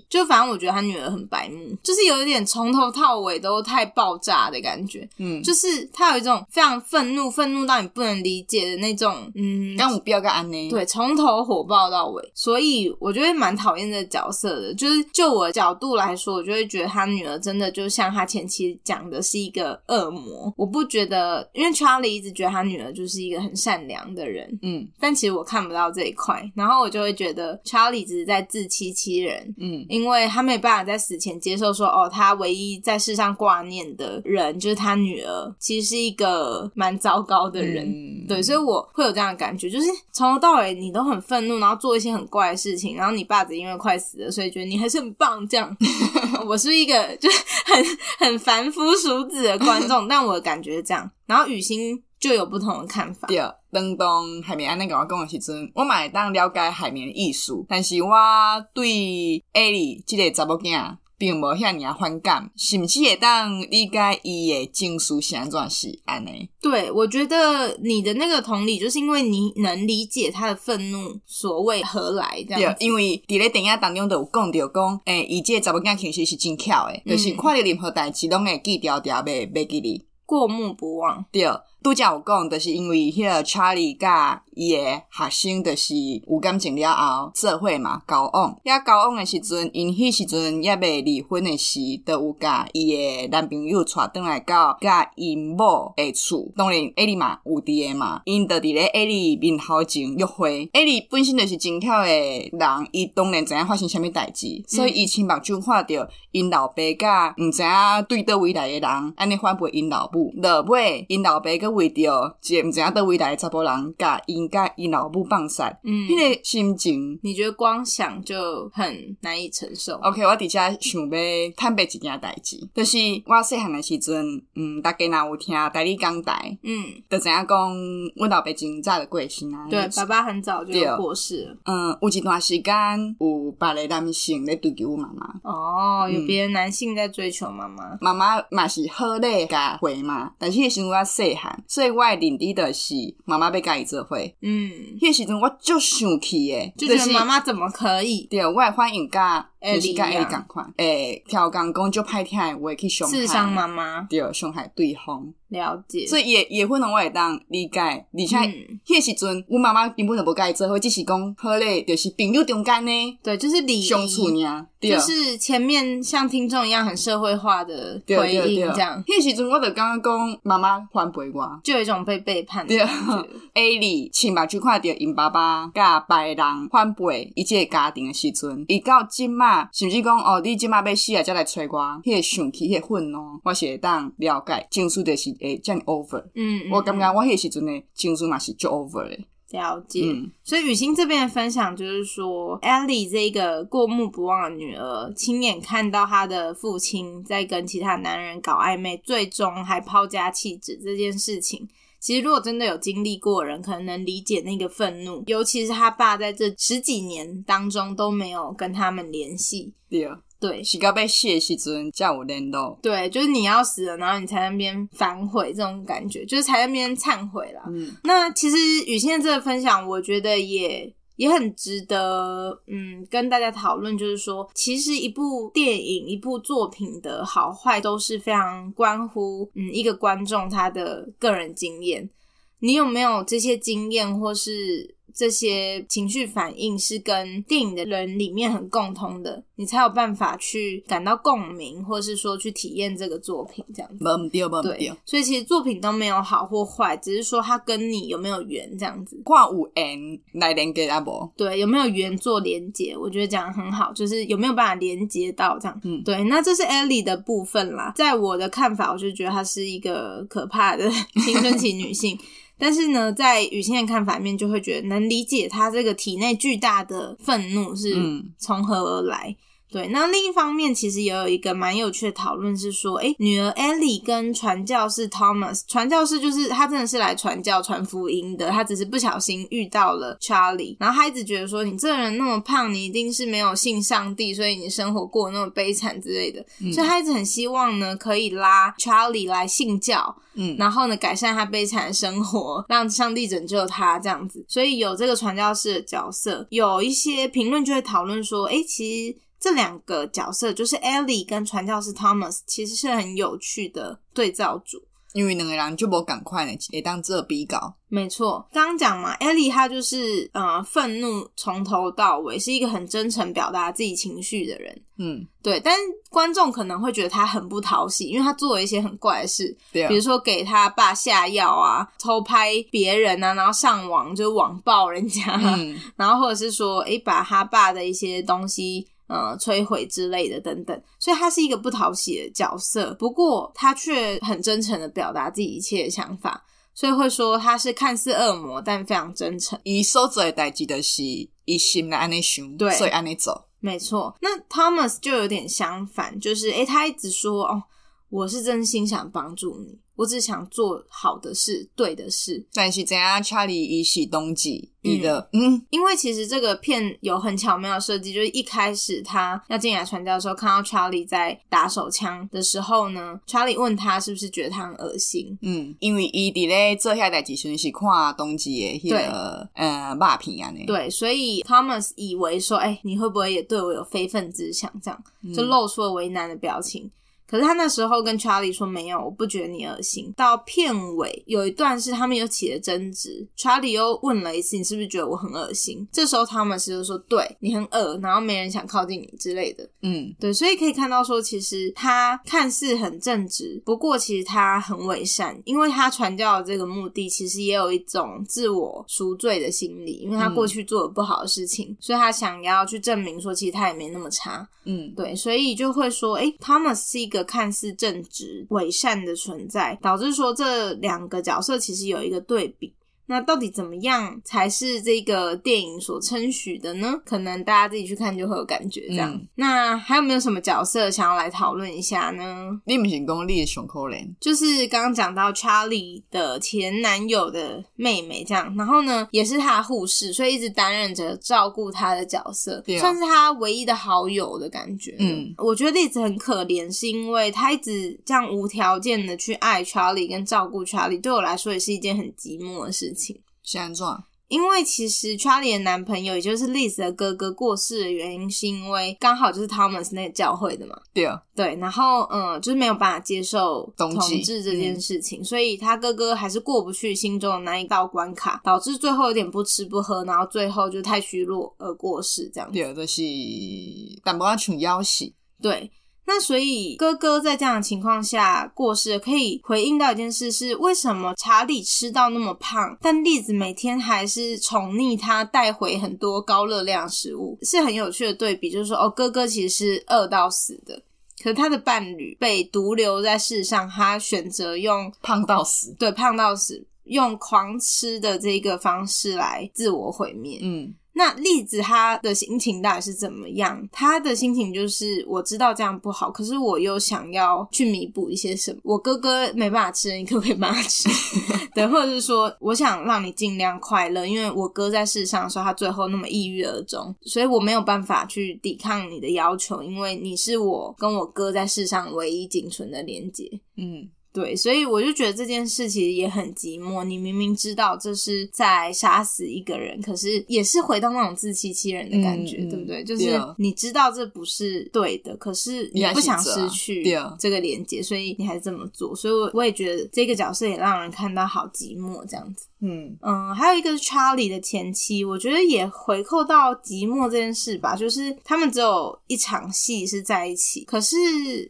就反正我觉得他女儿很白目，就是有一点从头到尾都太爆炸的感觉，嗯，就是他有一种非常愤怒，愤怒到你不能理解的那种，嗯，敢有必要甲安尼，，对，从头火爆到尾，所以我就会蛮讨厌这个角色的。就是就我的角度来说，我就会觉得他女儿真的就像他前期讲的是一个恶魔。我不觉得，因为 Charlie 一直觉得他女儿就是一个很善良的人，嗯但其实我看不到这一块，然后我就会觉得个 Charlie 只是在自欺欺人，嗯，因为他没办法在死前接受说，哦，他唯一在世上挂念的人就是他女儿，其实是一个蛮糟糕的人。嗯对，所以我会有这样的感觉，就是从头到尾你都很愤怒，然后做一些很怪的事情，然后你爸只因为快死了，所以觉得你还是很棒。这样， 我是一个就是很 很凡夫俗子的观众，但我的感觉是这样。然后雨欣就有不同的看法，对，当当海绵安尼甲我讲的时阵，我嘛会当了解海绵的意思，但是我对艾莉即个查某囝并无遐尔反感，甚至会当理解伊的情绪是安怎是安尼。对，我觉得你的那个同理，就是因为你能理解他的愤怒所谓何来这对样，。因为伫咧电影当中都有讲着讲，诶、伊即个查某囝其实是真巧诶，嗯就是看着任何代志拢会记条条袂袂记哩。过目不忘，对，拄则有讲，就是因为迄个 Charlie 甲伊诶学生，就是有感情了后，社会嘛交往，遐交往诶时阵，因迄时阵也未离婚诶时，都有甲伊诶男朋友带转来到甲因某诶厝，当然艾莉嘛有伫诶嘛，因就伫咧艾莉面头前约会，艾莉本身就是真巧诶人，伊当然知影发生虾米代嗯志，所以伊亲目睭看着因老爸甲毋知影对倒位来诶人，安尼反背因老母，落尾因老爸佫为着一个毋知影倒位来诶查甫人，甲因甲因老母放杀，嗯迄、，个心情。你觉得光想就很难以承受。 OK，我伫遮想要坦白一件代志，就是我细汉诶时阵，嗯，大家若有听台理讲台，嗯，就知影讲，阮老爸真早就过身啊。对，爸爸很早对哦就过世了。嗯，有一段时间有别个男性咧追求我妈妈，嗯哦，有别的男性在追求妈妈。妈妈嘛是好咧甲回嘛，但是迄时阵我细汉，所以我的认知就是妈妈要甲伊做伙。嗯，迄时阵我足生气诶，就觉是得妈妈怎么可以？对，我会反应甲会就是甲一伊样共款，诶，超工讲足歹听诶话去伤害，刺伤妈妈，对，伤害对方，了解。啊所以也也可能我会当理解，而且嗯迄时阵阮妈妈根本就无甲伊做伙，只是讲好咧，就是朋友中间呢对，就是礼仪，相处尔，对。就啊是前面像听众一样很社会化的对回对应，对，啊这样迄时阵我就感觉讲妈妈反背我。就有一种被背叛的对啊感觉。 A 里亲目睭看着因爸爸甲别人反背伊即个家庭诶时阵，伊到即马甚至讲哦，你即马要死啊，才来找我，迄、个生气、迄、个愤怒，我是会当了解，情绪就是会遮尔 over。嗯，嗯我感觉我迄个时阵诶情绪嘛是足 over 诶。了解。嗯，所以雨欣这边的分享就是说，Ellie 这个过目不忘的女儿，亲眼看到她的父亲在跟其他男人搞暧昧，最终还抛家弃子这件事情。其实，如果真的有经历过的人，可能能理解那个愤怒，尤其是他爸在这十几年当中都没有跟他们联系。对，对是到要死诶时阵才有联络。对，就是你要死了，然后你才在那边反悔，这种感觉，就是才在那边忏悔啦。嗯，那其实雨欣的这个分享，我觉得也也很值得，嗯，跟大家讨论，就是说，其实一部电影、一部作品的好坏，都是非常关乎，嗯，一个观众他的个人经验。你有没有这些经验，或是这些情绪反应是跟电影的人里面很共通的，你才有办法去感到共鸣，或是说去体验这个作品这样子。无毋对，无毋对对。，所以其实作品都没有好或坏，只是说它跟你有没有缘这样子。看有缘来连接啊无？对，有没有缘做连接？我觉得讲得很好，就是有没有办法连接到这样。嗯对，那这是 Ellie 的部分啦。在我的看法，我就觉得她是一个可怕的 青春期女性。但是呢，在雨欣的看法里面，就会觉得能理解她这个体内巨大的愤怒是嗯从何而来。对，那另一方面，其实也有一个蛮有趣的讨论是说，诶，女儿 Ellie 跟传教士 Thomas，传教士就是他真的是来传教、传福音的，他只是不小心遇到了 Charlie，然后他一直觉得说，你这人那么胖，你一定是没有信上帝，所以你生活过得那么悲惨之类的，所以他一直很希望呢，可以拉 Charlie 来信教，嗯然后呢，改善他悲惨的生活，让上帝拯救他这样子。所以有这个传教士的角色，有一些评论就会讨论说，诶，其实这两个角色就是 Ellie 跟传教士 Thomas，其实是很有趣的对照组。因为两个人就无共款诶，会当做比较。没错，刚刚讲嘛，Ellie 她就是呃愤怒从头到尾，是一个很真诚表达自己情绪的人。嗯，对，但是观众可能会觉得他很不讨喜，因为他做了一些很怪的事，对啊比，如说给他爸下药啊，偷拍别人啊，然后上网就网暴人家，嗯 然后或者是说，诶，把他爸的一些东西。呃，摧毁之类的等等，所以他是一个不讨喜的角色。不过他却很真诚的表达自己一切的想法，所以会说他是看似恶魔，但非常真诚。伊所做诶代志就是伊心内安尼想，对所以安尼做。没错，那 Thomas 就有点相反，就是诶，他一直说哦，我是真心想帮助你，我只想做好的事、对的事。但是知影 Charlie 伊是冬季，伊的嗯因为其实这个片有很巧妙的设计，就是一开始他要进来传教的时候，看到 Charlie 在打手枪的时候呢，Charlie 问他是不是觉得他很恶心，嗯，因为伊伫咧做遐代志时阵是看冬季诶迄个呃肉片安尼。对，所以 Thomas 以为说，哎、你会不会也对我有非分之想？这样嗯就露出了为难的表情。可是他那时候跟 Charlie 说没有，我不觉得你恶心。到片尾有一段是他们又起了争执，Charlie 又问了一次你是不是觉得我很恶心？这时候 Thomas 就说对你很恶，然后没人想靠近你之类的。嗯对，所以可以看到说，其实他看似很正直，不过其实他很伪善，因为他传教的这个目的，其实也有一种自我赎罪的心理，因为他过去做了不好的事情，所以他想要去证明说，其实他也没那么差。嗯，对，所以就会说，诶 t h o m a s 是一个看似正直、伪善的存在，导致说这两个角色其实有一个对比。那到底怎么样才是这个电影所称许的呢？可能大家自己去看就会有感觉。这样，嗯那还有没有什么角色想要来讨论一下呢？你毋是讲你诶上可怜？就是刚刚讲到 Charlie 的前男友的妹妹这样，然后呢，也是他的护士，所以一直担任着照顾他的角色，对啊算是他唯一的好友的感觉。嗯，我觉得栗子很可怜，是因为他一直这样无条件的去爱 Charlie 跟照顾 Charlie，对我来说也是一件很寂寞的事情。是安怎？因为其实 Charlie 的男朋友，也就是 Liz 的哥哥过世的原因，是因为刚好就是 Thomas 那个教会的嘛，对，对，然后嗯，就是没有办法接受同同志志这件事情，所以他哥哥还是过不去心中的那一道关卡，导致最后有点不吃不喝，然后最后就太虚弱而过世这样子。对，就是淡薄仔像枵死。对，那所以哥哥在这样的情况下过世，可以回应到一件事是：为什么查理吃到那么胖，但栗子每天还是宠溺他，带回很多高热量的食物，是很有趣的对比。就是说，哦，哥哥其实是饿到死的。可是他的伴侣被独留在世上，他选择用胖到死。对胖到死，用狂吃的这个方式来自我毁灭。嗯那栗子她的心情到底是怎么样？她的心情就是我知道这样不好，可是我又想要去弥补一些什么。我哥哥没办法吃，你可不可以帮他吃？对，或者是说，我想让你尽量快乐，因为我哥在世上的时候，他最后那么抑郁而终，所以我没有办法去抵抗你的要求，因为你是我跟我哥在世上唯一仅存的连接。嗯，对，所以我就觉得这件事其实也很寂寞。你明明知道这是在杀死一个人，可是也是回到那种自欺欺人的感觉，嗯嗯对不对？就对是啊你知道这不是对的，可是你你还不想是这失啊去对啊这个连接，所以你还是这么做。所以我我也觉得这个角色也让人看到好寂寞这样子。嗯，嗯，还有一个是 Charlie 的前妻，我觉得也回扣到寂寞这件事吧，就是他们只有一场戏是在一起，可是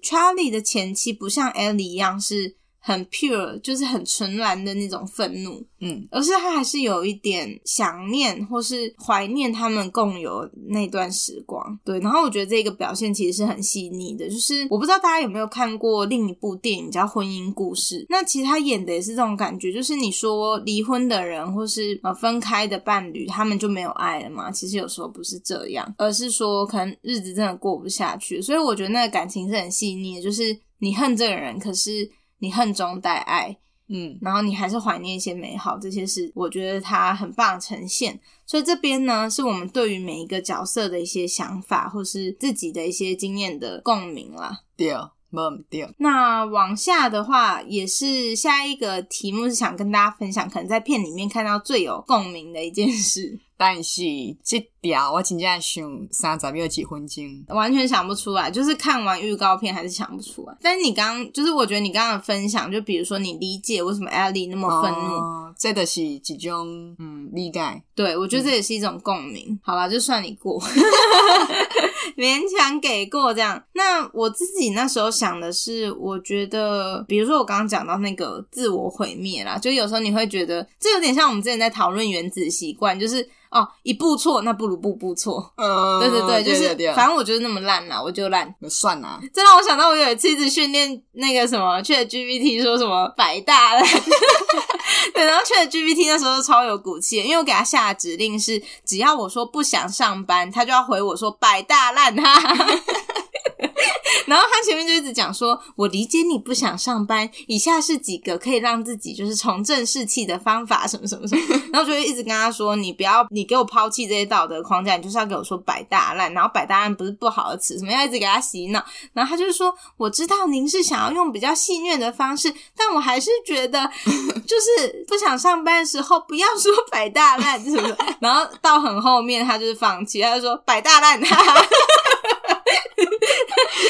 Charlie 的前妻不像 Ellie 一样是很 pure，就是很纯然的那种愤怒，嗯，而是他还是有一点想念或是怀念他们共有那段时光。对，然后我觉得这个表现其实是很细腻的，就是我不知道大家有没有看过另一部电影叫《婚姻故事》，那其实他演的也是这种感觉，就是你说离婚的人或是呃分开的伴侣，他们就没有爱了嘛？其实有时候不是这样，而是说可能日子真的过不下去，所以我觉得那个感情是很细腻的，就是你恨这个人，可是你恨中带爱。嗯，然后你还是怀念一些美好，这些是我觉得它很棒的呈现。所以这边呢，是我们对于每一个角色的一些想法，或是自己的一些经验的共鸣啦。对，无毋对，那往下的话，也是下一个题目是想跟大家分享，可能在片里面看到最有共鸣的一件事。 但是这条我真正想三十秒几分钟。完全想不出来，就是看完预告片还是想不出来。但是你刚刚就是我觉得你刚刚的分享，就比如说你理解为什么艾莉那么愤怒，哦，这就是一种嗯理解。对我觉嗯得这也是一种共鸣。好啦，就算你 过，勉强给过这样。那我自己那时候想的是，我觉得比如说我刚刚讲到那个自我毁灭啦，就有时候你会觉得这有点像我们之前在讨论原子习惯，就是哦一步错，那不如步步错。嗯对对对，就是对反正我就是那么烂啦，我就烂。就算 啦，这让我想到，我有一次一直训练那个什么 Chat GPT 说什么百大的， 对，然后 Chat GPT 那时候超有骨气的，因为我给他下指令是，只要我说不想上班，他就要回我说百大烂哈。 然后他前面就一直讲说，我理解你不想上班，以下是几个可以让自己就是重振士气的方法，什么什么什么。然后就会一直跟他说，你不要，你给我抛弃这些道德框架，你就是要给我说百大烂，然后百大烂不是不好的词，什么要一直给他洗脑。然后他就说：“我知道您是想要用比较戏谑的方式，但我还是觉得，就是不想上班的时候不要说 摆大烂，是不是？”然后到很后面，他就是放弃，他就说摆大烂，哈哈。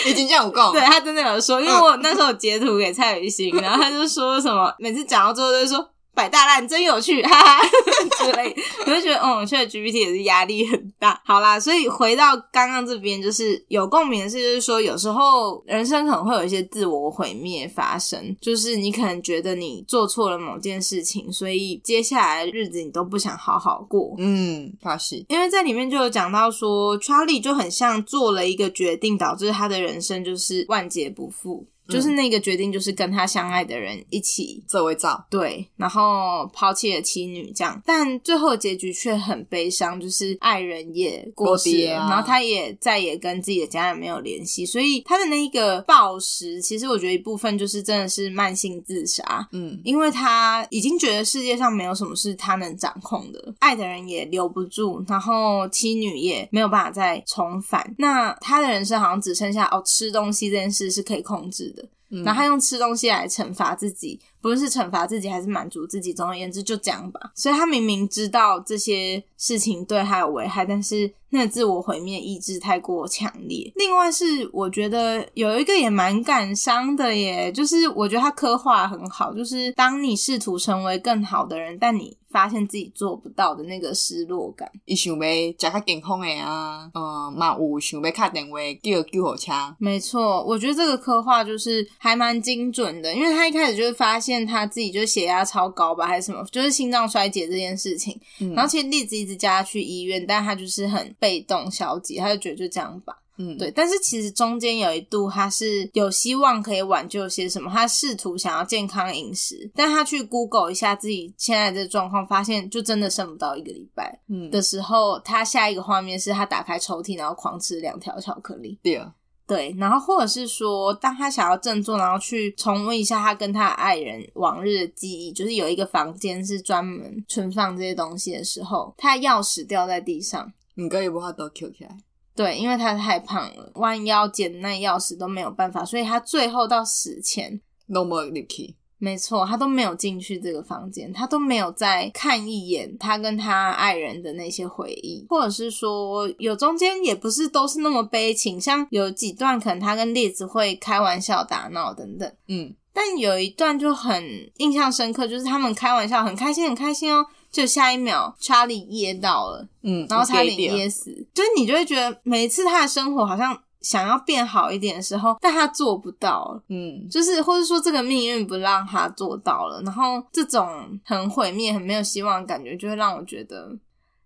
已经这样有讲对，他真的有说，因为我那时候有截图给蔡雨欣，然后他就说什么，每次讲到最后都会说。摆大烂真有趣，哈哈 之类的，我就觉得，嗯，现在 GPT 也是压力很大。好啦，所以回到刚刚这边，就是有共鸣的是，就是说有时候人生可能会有一些自我毁灭发生，就是你可能觉得你做错了某件事情，所以接下来的日子你都不想好好过，嗯，确实，因为在里面就有讲到说，Charlie 就很像做了一个决定，导致他的人生就是万劫不复。就是那个决定，就是跟他相爱的人一起这位照，对，然后抛弃了妻女这样，但最后结局却很悲伤，就是爱人也过世过世了，啊然后他也再也跟自己的家人没有联系，所以他的那一个暴食，其实我觉得一部分就是真的是慢性自杀。嗯，因为他已经觉得世界上没有什么是他能掌控的，爱的人也留不住，然后妻女也没有办法再重返。那他的人生好像只剩下哦，吃东西这件事是可以控制的，嗯然后他用吃东西来惩罚自己，不论是惩罚自己还是满足自己，总而言之就这样吧。所以他明明知道这些事情对他有危害，但是那个自我毁灭意志太过强烈。另外是我觉得有一个也蛮感伤的耶，就是我觉得他刻画得很好，就是当你试图成为更好的人，但你发现自己做不到的那个失落感。伊想要食较健康诶啊，嗯，嘛有想要敲电话叫救护车，没错，我觉得这个刻画就是还蛮精准的，因为他一开始就是发现他自己就是血压超高吧，还是什么，就是心脏衰竭这件事情。嗯然后其实栗子一直叫他去医院，但他就是很被动消极，他就觉得就这样吧。嗯，对，但是其实中间有一度他是有希望可以挽救些什么，他试图想要健康饮食，但他去 Google 一下自己现在的状况，发现就真的剩不到一个礼拜嗯，的时候，他下一个画面是他打开抽屉，然后狂吃两条巧克力。对，对，然后或者是说，当他想要振作，然后去重温一下他跟他的爱人往日的记忆，就是有一个房间是专门存放这些东西的时候，他的钥匙掉在地上。毋过伊无法度捡起来，对，因为他太胖了，弯腰捡那钥匙都没有办法，所以他最后到死前，拢无入去，没错，他都没有进去这个房间，他都没有再看一眼他跟他爱人的那些回忆，或者是说，有中间也不是都是那么悲情，像有几段可能他跟栗子会开玩笑打闹等等。嗯，但有一段就很印象深刻，就是他们开玩笑很开心，很开心哦。就下一秒，查理噎到了，嗯，然后差有点加噎死，就是你就会觉得每一次他的生活好像想要变好一点的时候，但他做不到，嗯，就是或者说这个命运不让他做到了，然后这种很毁灭、很没有希望的感觉，就会让我觉得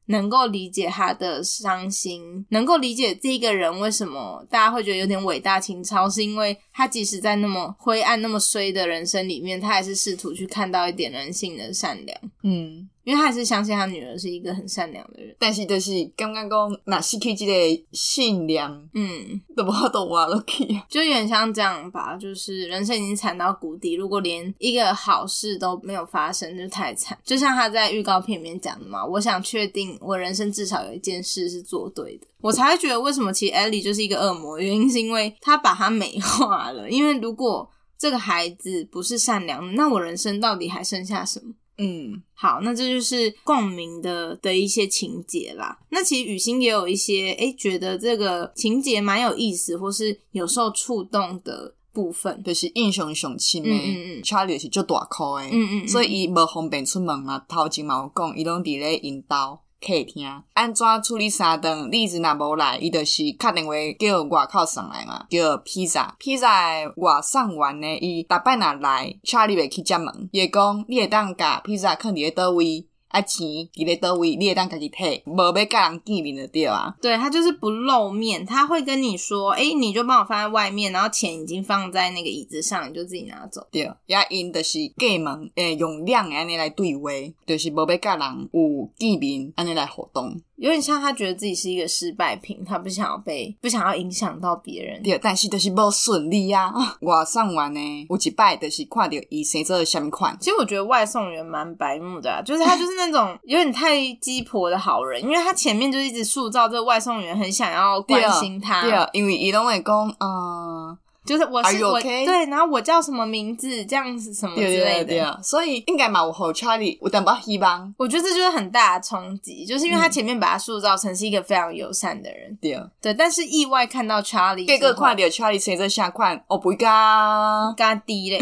能够理解他的伤心，能够理解这个人为什么大家会觉得有点伟大情操，是因为他即使在那么灰暗、那么衰的人生里面，他还是试图去看到一点人性的善良，嗯，因为他还是相信他女儿是一个很善良的人。但是就是感觉讲，若失去即个信念，嗯，都无法度活落去啊，就有点像这样吧，就是人生已经惨到谷底，如果连一个好事都没有发生，就太惨。就像他在预告片里面讲的嘛，我想确定我人生至少有一件事是做对的，我才会觉得为什么其实 Ellie 就是一个恶魔，原因是因为他把她美化了。因为如果这个孩子不是善良的，那我人生到底还剩下什么？嗯，好，那这就是共鸣的的一些情节啦。那其实雨欣也有一些诶、觉得这个情节蛮有意思，或是有受触动的部分。就是英雄上亲嗯嗯嗯诶，Charlie 就是足大箍诶，嗯嗯，所以伊无方便出门嘛，头前嘛有讲，伊拢伫咧因兜客厅。安怎处理三顿？例子若无来，伊就是敲电话叫外口送来嘛，叫披萨。披萨的外送员呢，伊逐摆若来，车你袂去接门，伊会讲你会当甲披萨囥伫咧倒位。啊钱伫咧倒位，你会当家己摕，无要甲人见面就对啊。对他就是不露面，他会跟你说，哎、你就帮我放在外面，然后钱已经放在那个椅子上，你就自己拿走。对，也因就是过门诶，用量的安尼来对话，就是无要甲人有见面安尼来互动。有点像他觉得自己是一个失败品，他不想要被不想要影响到别人。对，但是就是无顺利啊。 外送员呢，有一摆就是看到伊生做虾米款，其实我觉得外送员蛮白目的、啊， 就是他就是那种有点太鸡婆的好人，因为他前面就一直塑造这个外送员很想要关心他，对，因为伊拢会讲，呃，就是我 Are 是 you 我 okay？对，然后我叫什么名字这样子什么之对类对的。对，所以应该嘛有互 Charlie 有淡薄希望，我觉得这就是很大的冲击，就是因为他前面把他塑造成是一个非常友善的人，对。对，但是意外看到查理，结果看到 Charlie 生做虾款，哦不噶，嘎滴 嘞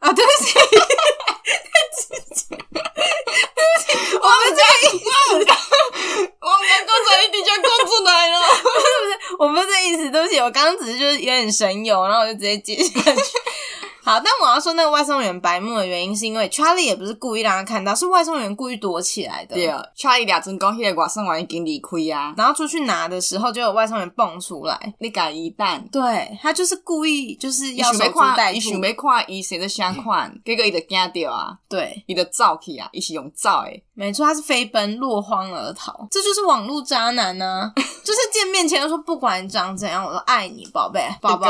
啊，对不起，我们这一 我们工作一直就讲出来了。 我不是这意思，对不起，我刚刚只是就是有点神游，然后我就直接接下去。 好，但我要说那个外送员白目的原因，是因为 Charlie 也不是故意让他看到，是外送员故意躲起来的。对，Charlie 啊俩阵讲，迄个外送员已经离开啊，然后出去拿的时候，就有外送员蹦出来。你家伊等。对他就是故意就是要伊守想株要待看，伊兔想，要看伊生做虾款，结果伊就惊着啊，对，伊就走去啊，伊是用走诶。没错，他是飞奔落荒而逃，这就是网络渣男呢、就是见面前就说不管你长怎样，我都爱你，宝贝，宝宝，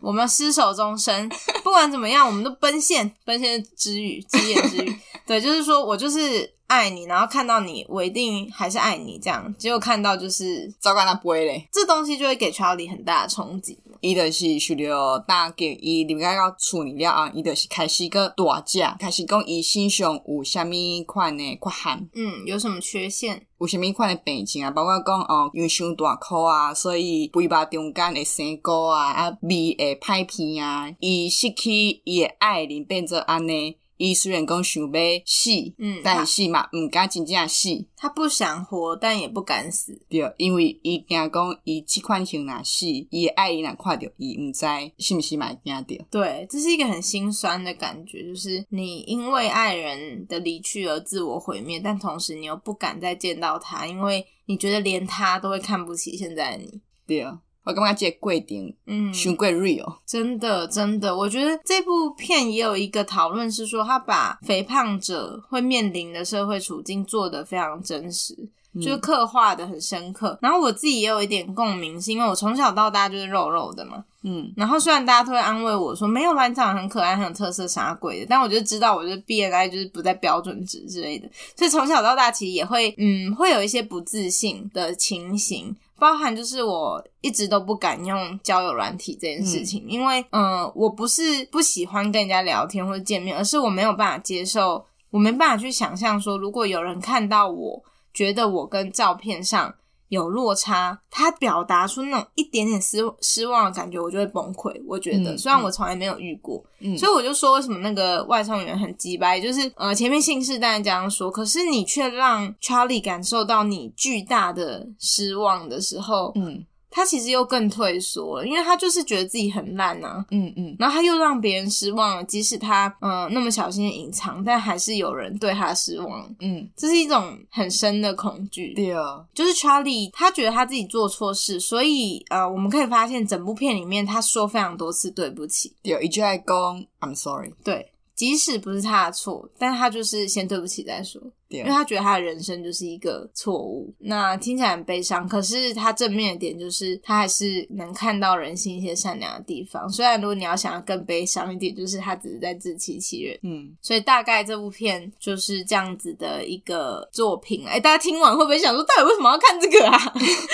我们厮守终生，不管怎么样，我们都奔现，奔现是之语，之言之语，对，就是说我就是爱你，然后看到你，我一定还是爱你，这样，结果看到就是走干那杯咧，这东西就会给 Charlie 很大的冲击。伊就是想着大家伊入来到厝里了后，伊就是开始个大只，开始讲伊身上有虾米款的缺陷，嗯，有什么缺陷？有虾米款的病情啊，包括讲哦，因为伤大箍啊，所以肥肉中间会生菇啊，啊味会歹偏啊，伊失去伊的爱人变做安尼。伊虽然讲想要死，嗯但是嘛，毋敢真正死，他不想活，但也不敢死。对，因为伊惊讲伊即款型若死，伊的爱人若看着伊，毋知是毋是嘛会惊着。对，这是一个很心酸的感觉，就是你因为爱人的离去而自我毁灭，但同时你又不敢再见到他，因为你觉得连他都会看不起现在的你。对，我感觉这个过程嗯，伤过哦 real，真的，真的，我觉得这部片也有一个讨论是说，他把肥胖者会面临的社会处境做得非常真实，就是嗯刻画的很深刻。然后我自己也有一点共鸣，是因为我从小到大就是肉肉的嘛。嗯，然后虽然大家都会安慰我说没有啦，你长得很可爱，很有特色，啥鬼的，但我就知道我就是 BMI 就是不在标准值之类的，所以从小到大其实也会嗯会有一些不自信的情形。包含就是我一直都不敢用交友软体这件事情，因为嗯、呃我不是不喜欢跟人家聊天或者见面，而是我没有办法接受，我没办法去想象说，如果有人看到我觉得我跟照片上有落差，他表达出那种一点点失失望的感觉，我就会崩溃。我觉得，嗯虽然我从来没有遇过，嗯所以我就说为什么那个外送员很鸡掰，就是呃前面信誓旦旦这样说，可是你却让 Charlie 感受到你巨大的失望的时候，嗯他其实又更退缩了，因为他就是觉得自己很烂啊。嗯嗯，然后他又让别人失望了，即使他嗯、呃那么小心的隐藏，但还是有人对他失望，嗯，这是一种很深的恐惧。对，就是 Charlie，他觉得他自己做错事，所以呃，我们可以发现整部片里面他说非常多次对不起，对，伊就爱讲 I'm sorry，对，即使不是他的错，但他就是先对不起再说。对因啊为他觉得他的人生就是一个错误。那听起来很悲伤，可是他正面的点就是他还是能看到人性一些善良的地方。虽然如果你要想要更悲伤一点，就是他只是在自欺欺人。嗯，所以大概这部片就是这样子的一个作品。哎、大家听完会不会想说，到底为什么要看这个啊？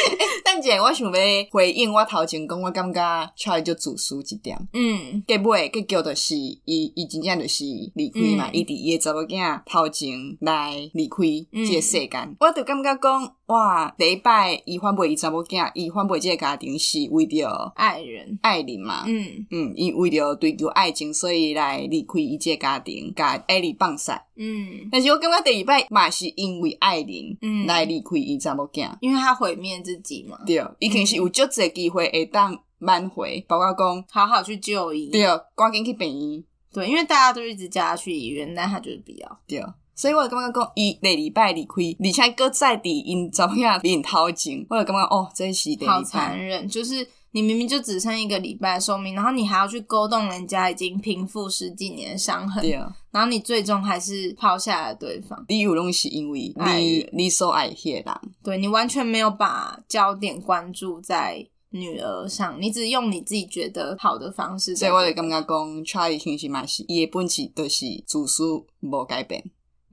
但姐，我想要回应我头前讲，我感觉 Charlie 就自私一点。嗯，结尾结局就是，伊伊真正就是离开嘛，嗯伊伫伊查某囝头前来离开嗯即个世间。我就感觉讲，哇，第一摆伊反背伊查某囝，伊反背即个家庭是为着爱人，爱人嘛。嗯嗯，伊为着追求爱情，所以来离开伊即个家庭，甲艾莉放散。嗯但是我感觉第二摆嘛是因为爱人嗯，来，离开伊查某囝。因为他毁灭自己嘛，对，已经是有足侪机会会当挽回，包括讲好好去就医，对，赶紧去病院对，因为大家都一直叫他去医院，但他就是不要，对。所以我就感觉讲，伊第二摆离开，而且搁再伫因查某囝面头前，我就感觉哦，这是第好二残摆。忍，就是。你明明就只剩一个礼拜的寿命，然后你还要去勾动人家已经平复十几年的伤痕，对，然后你最终还是抛下了对方，理由拢是因为爱你人你所爱迄个人，对你完全没有把焦点关注在女儿上，你只用你自己觉得好的方式在所以做。我就感觉讲，Charlie 其实嘛是伊的本质，就是自私无改变。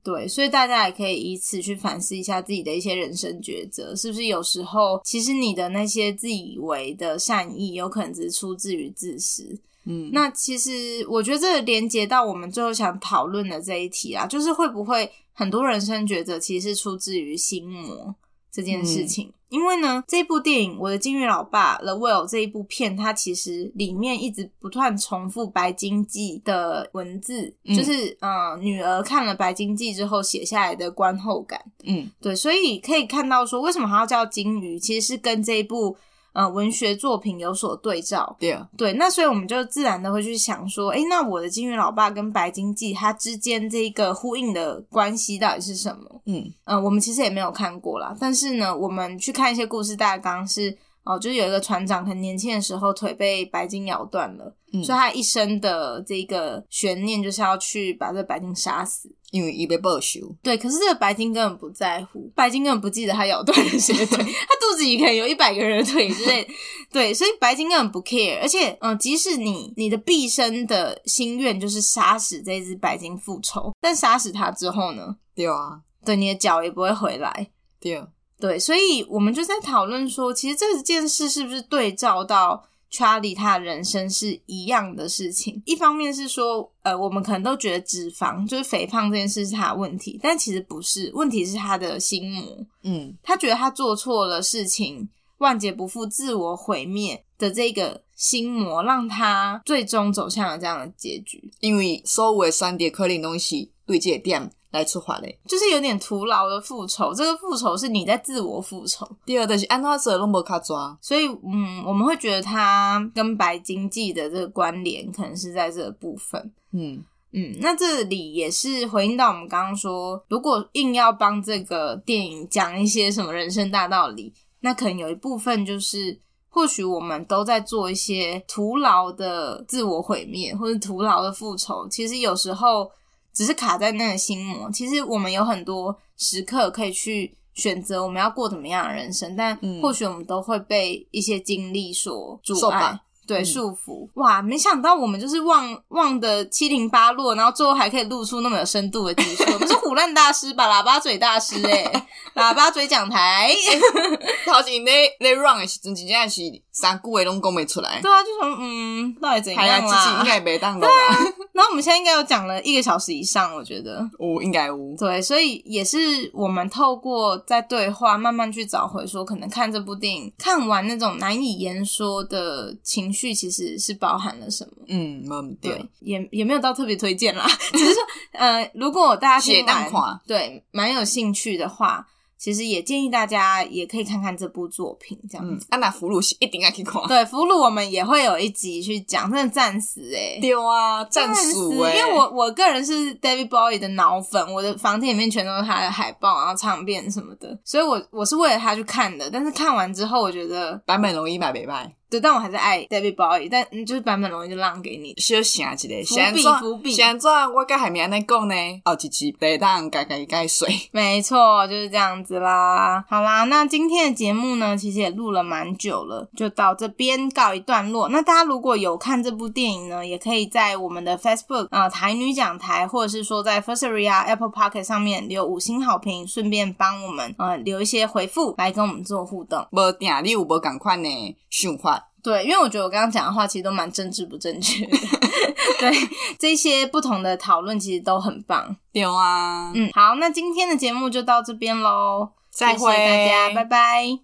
对，所以大家也可以以此去反思一下自己的一些人生抉择，是不是有时候其实你的那些自以为的善意，有可能只是出自于自私。嗯，那其实我觉得这连接到我们最后想讨论的这一题啦，就是会不会很多人生抉择其实是出自于心魔这件事情？因为呢，这部电影《我的金鱼老爸》The Will 这一部片，它其实里面一直不断重复白鲸记的文字，嗯就是呃，女儿看了白鲸记之后写下来的观后感。嗯对，所以可以看到说，为什么它要叫金鱼，其实是跟这一部呃文学作品有所对照。对，对，那所以我们就自然的会去想说，诶，那我的金鱼老爸跟白鲸记它之间这个呼应的关系到底是什么？嗯嗯、我们其实也没有看过啦，但是呢，我们去看一些故事大纲是。哦，就是有一个船长，很年轻的时候腿被白鲸咬断了，嗯所以，他一生的这个悬念就是要去把这个白鲸杀死。因为伊要报仇，对，可是这个白鲸根本不在乎，白鲸根本不记得他咬断了谁的腿，他肚子里可能有一百个人的腿之类的，对，所以白鲸根本不 care。而且，嗯、即使你你的毕生的心愿就是杀死这只白鲸复仇，但杀死它之后呢，对啊，对你的脚也不会回来，对，对，所以我们就在讨论说，其实这件事是不是对照到 Charlie 他的人生是一样的事情？一方面是说，呃，我们可能都觉得脂肪就是肥胖这件事是他的问题，但其实不是，问题是他的心魔，嗯他觉得他做错了事情，万劫不复、自我毁灭的这个心魔，让他最终走向了这样的结局。因为所有的选择可能拢是对即个点来出发的。就是有点徒劳的复仇，这个复仇是你在自我复仇，第二就是安怎做拢无较抓，所以，嗯，我们会觉得它跟白经济的这个关联，可能是在这个部分。嗯嗯，那这里也是回应到我们刚刚说，如果硬要帮这个电影讲一些什么人生大道理，那可能有一部分就是，或许我们都在做一些徒劳的自我毁灭，或者徒劳的复仇。其实有时候只是卡在那个心魔。其实我们有很多时刻可以去选择我们要过怎么样的人生，但嗯或许我们都会被一些经历所阻受碍绑。对嗯束缚、哇！没想到我们就是忘忘的七零八落，然后最后还可以露出那么有深度的技术，我们是虎烂大师吧，喇叭嘴大师哎、喇叭嘴讲 台，头前咧咧 run 的时阵，真正是三句话拢讲袂出来，对啊，就从嗯，到底怎样系啊，自己应 啦？该袂当落啦，然后我们现在应该有讲了一个小时以上，我觉得有应该有，对，所以也是我们透过在对话慢慢去找回说，可能看这部电影看完那种难以言说的情绪，其实是包含了什么。嗯，无毋对对，，也也没有到特别推荐啦， 只是说，呃，如果大家写听完当看，对蛮有兴趣的话，其实也建议大家也可以看看这部作品，这样嗯子。，啊若俘虏是一定爱去看，对，俘虏我们也会有一集去讲，真的战死哎、欸。对啊，战欸战死术诶，因为我我个人是 David Bowie 的脑粉，我的房间里面全都是他的海报，然后唱片什么的，所以我我是为了他去看的。但是看完之后，我觉得版本容易买袂歹，对，但我还是爱 David Bowie，但嗯就是版本龙一就让给你。小想一伏个，笔先怎伏笔先怎我甲海明安尼讲呢？后一集得当家家解水。没错，就是这样子啦。好啦，那今天的节目呢，其实也录了蛮久了，就到这边告一段落。那大家如果有看这部电影呢，也可以在我们的 Facebook 啊、呃台女讲台，或者是说在 Firstory 啊 Apple Pocket 上面留五星好评，顺便帮我们呃留一些回复来跟我们做互动。无定你有无共款的想法？对，因为我觉得我刚刚讲的话其实都蛮政治不正确的。 对，这些不同的讨论其实都很棒。嗯对啊，嗯，好，那今天的节目就到这边喽，再谢谢大家，会拜拜。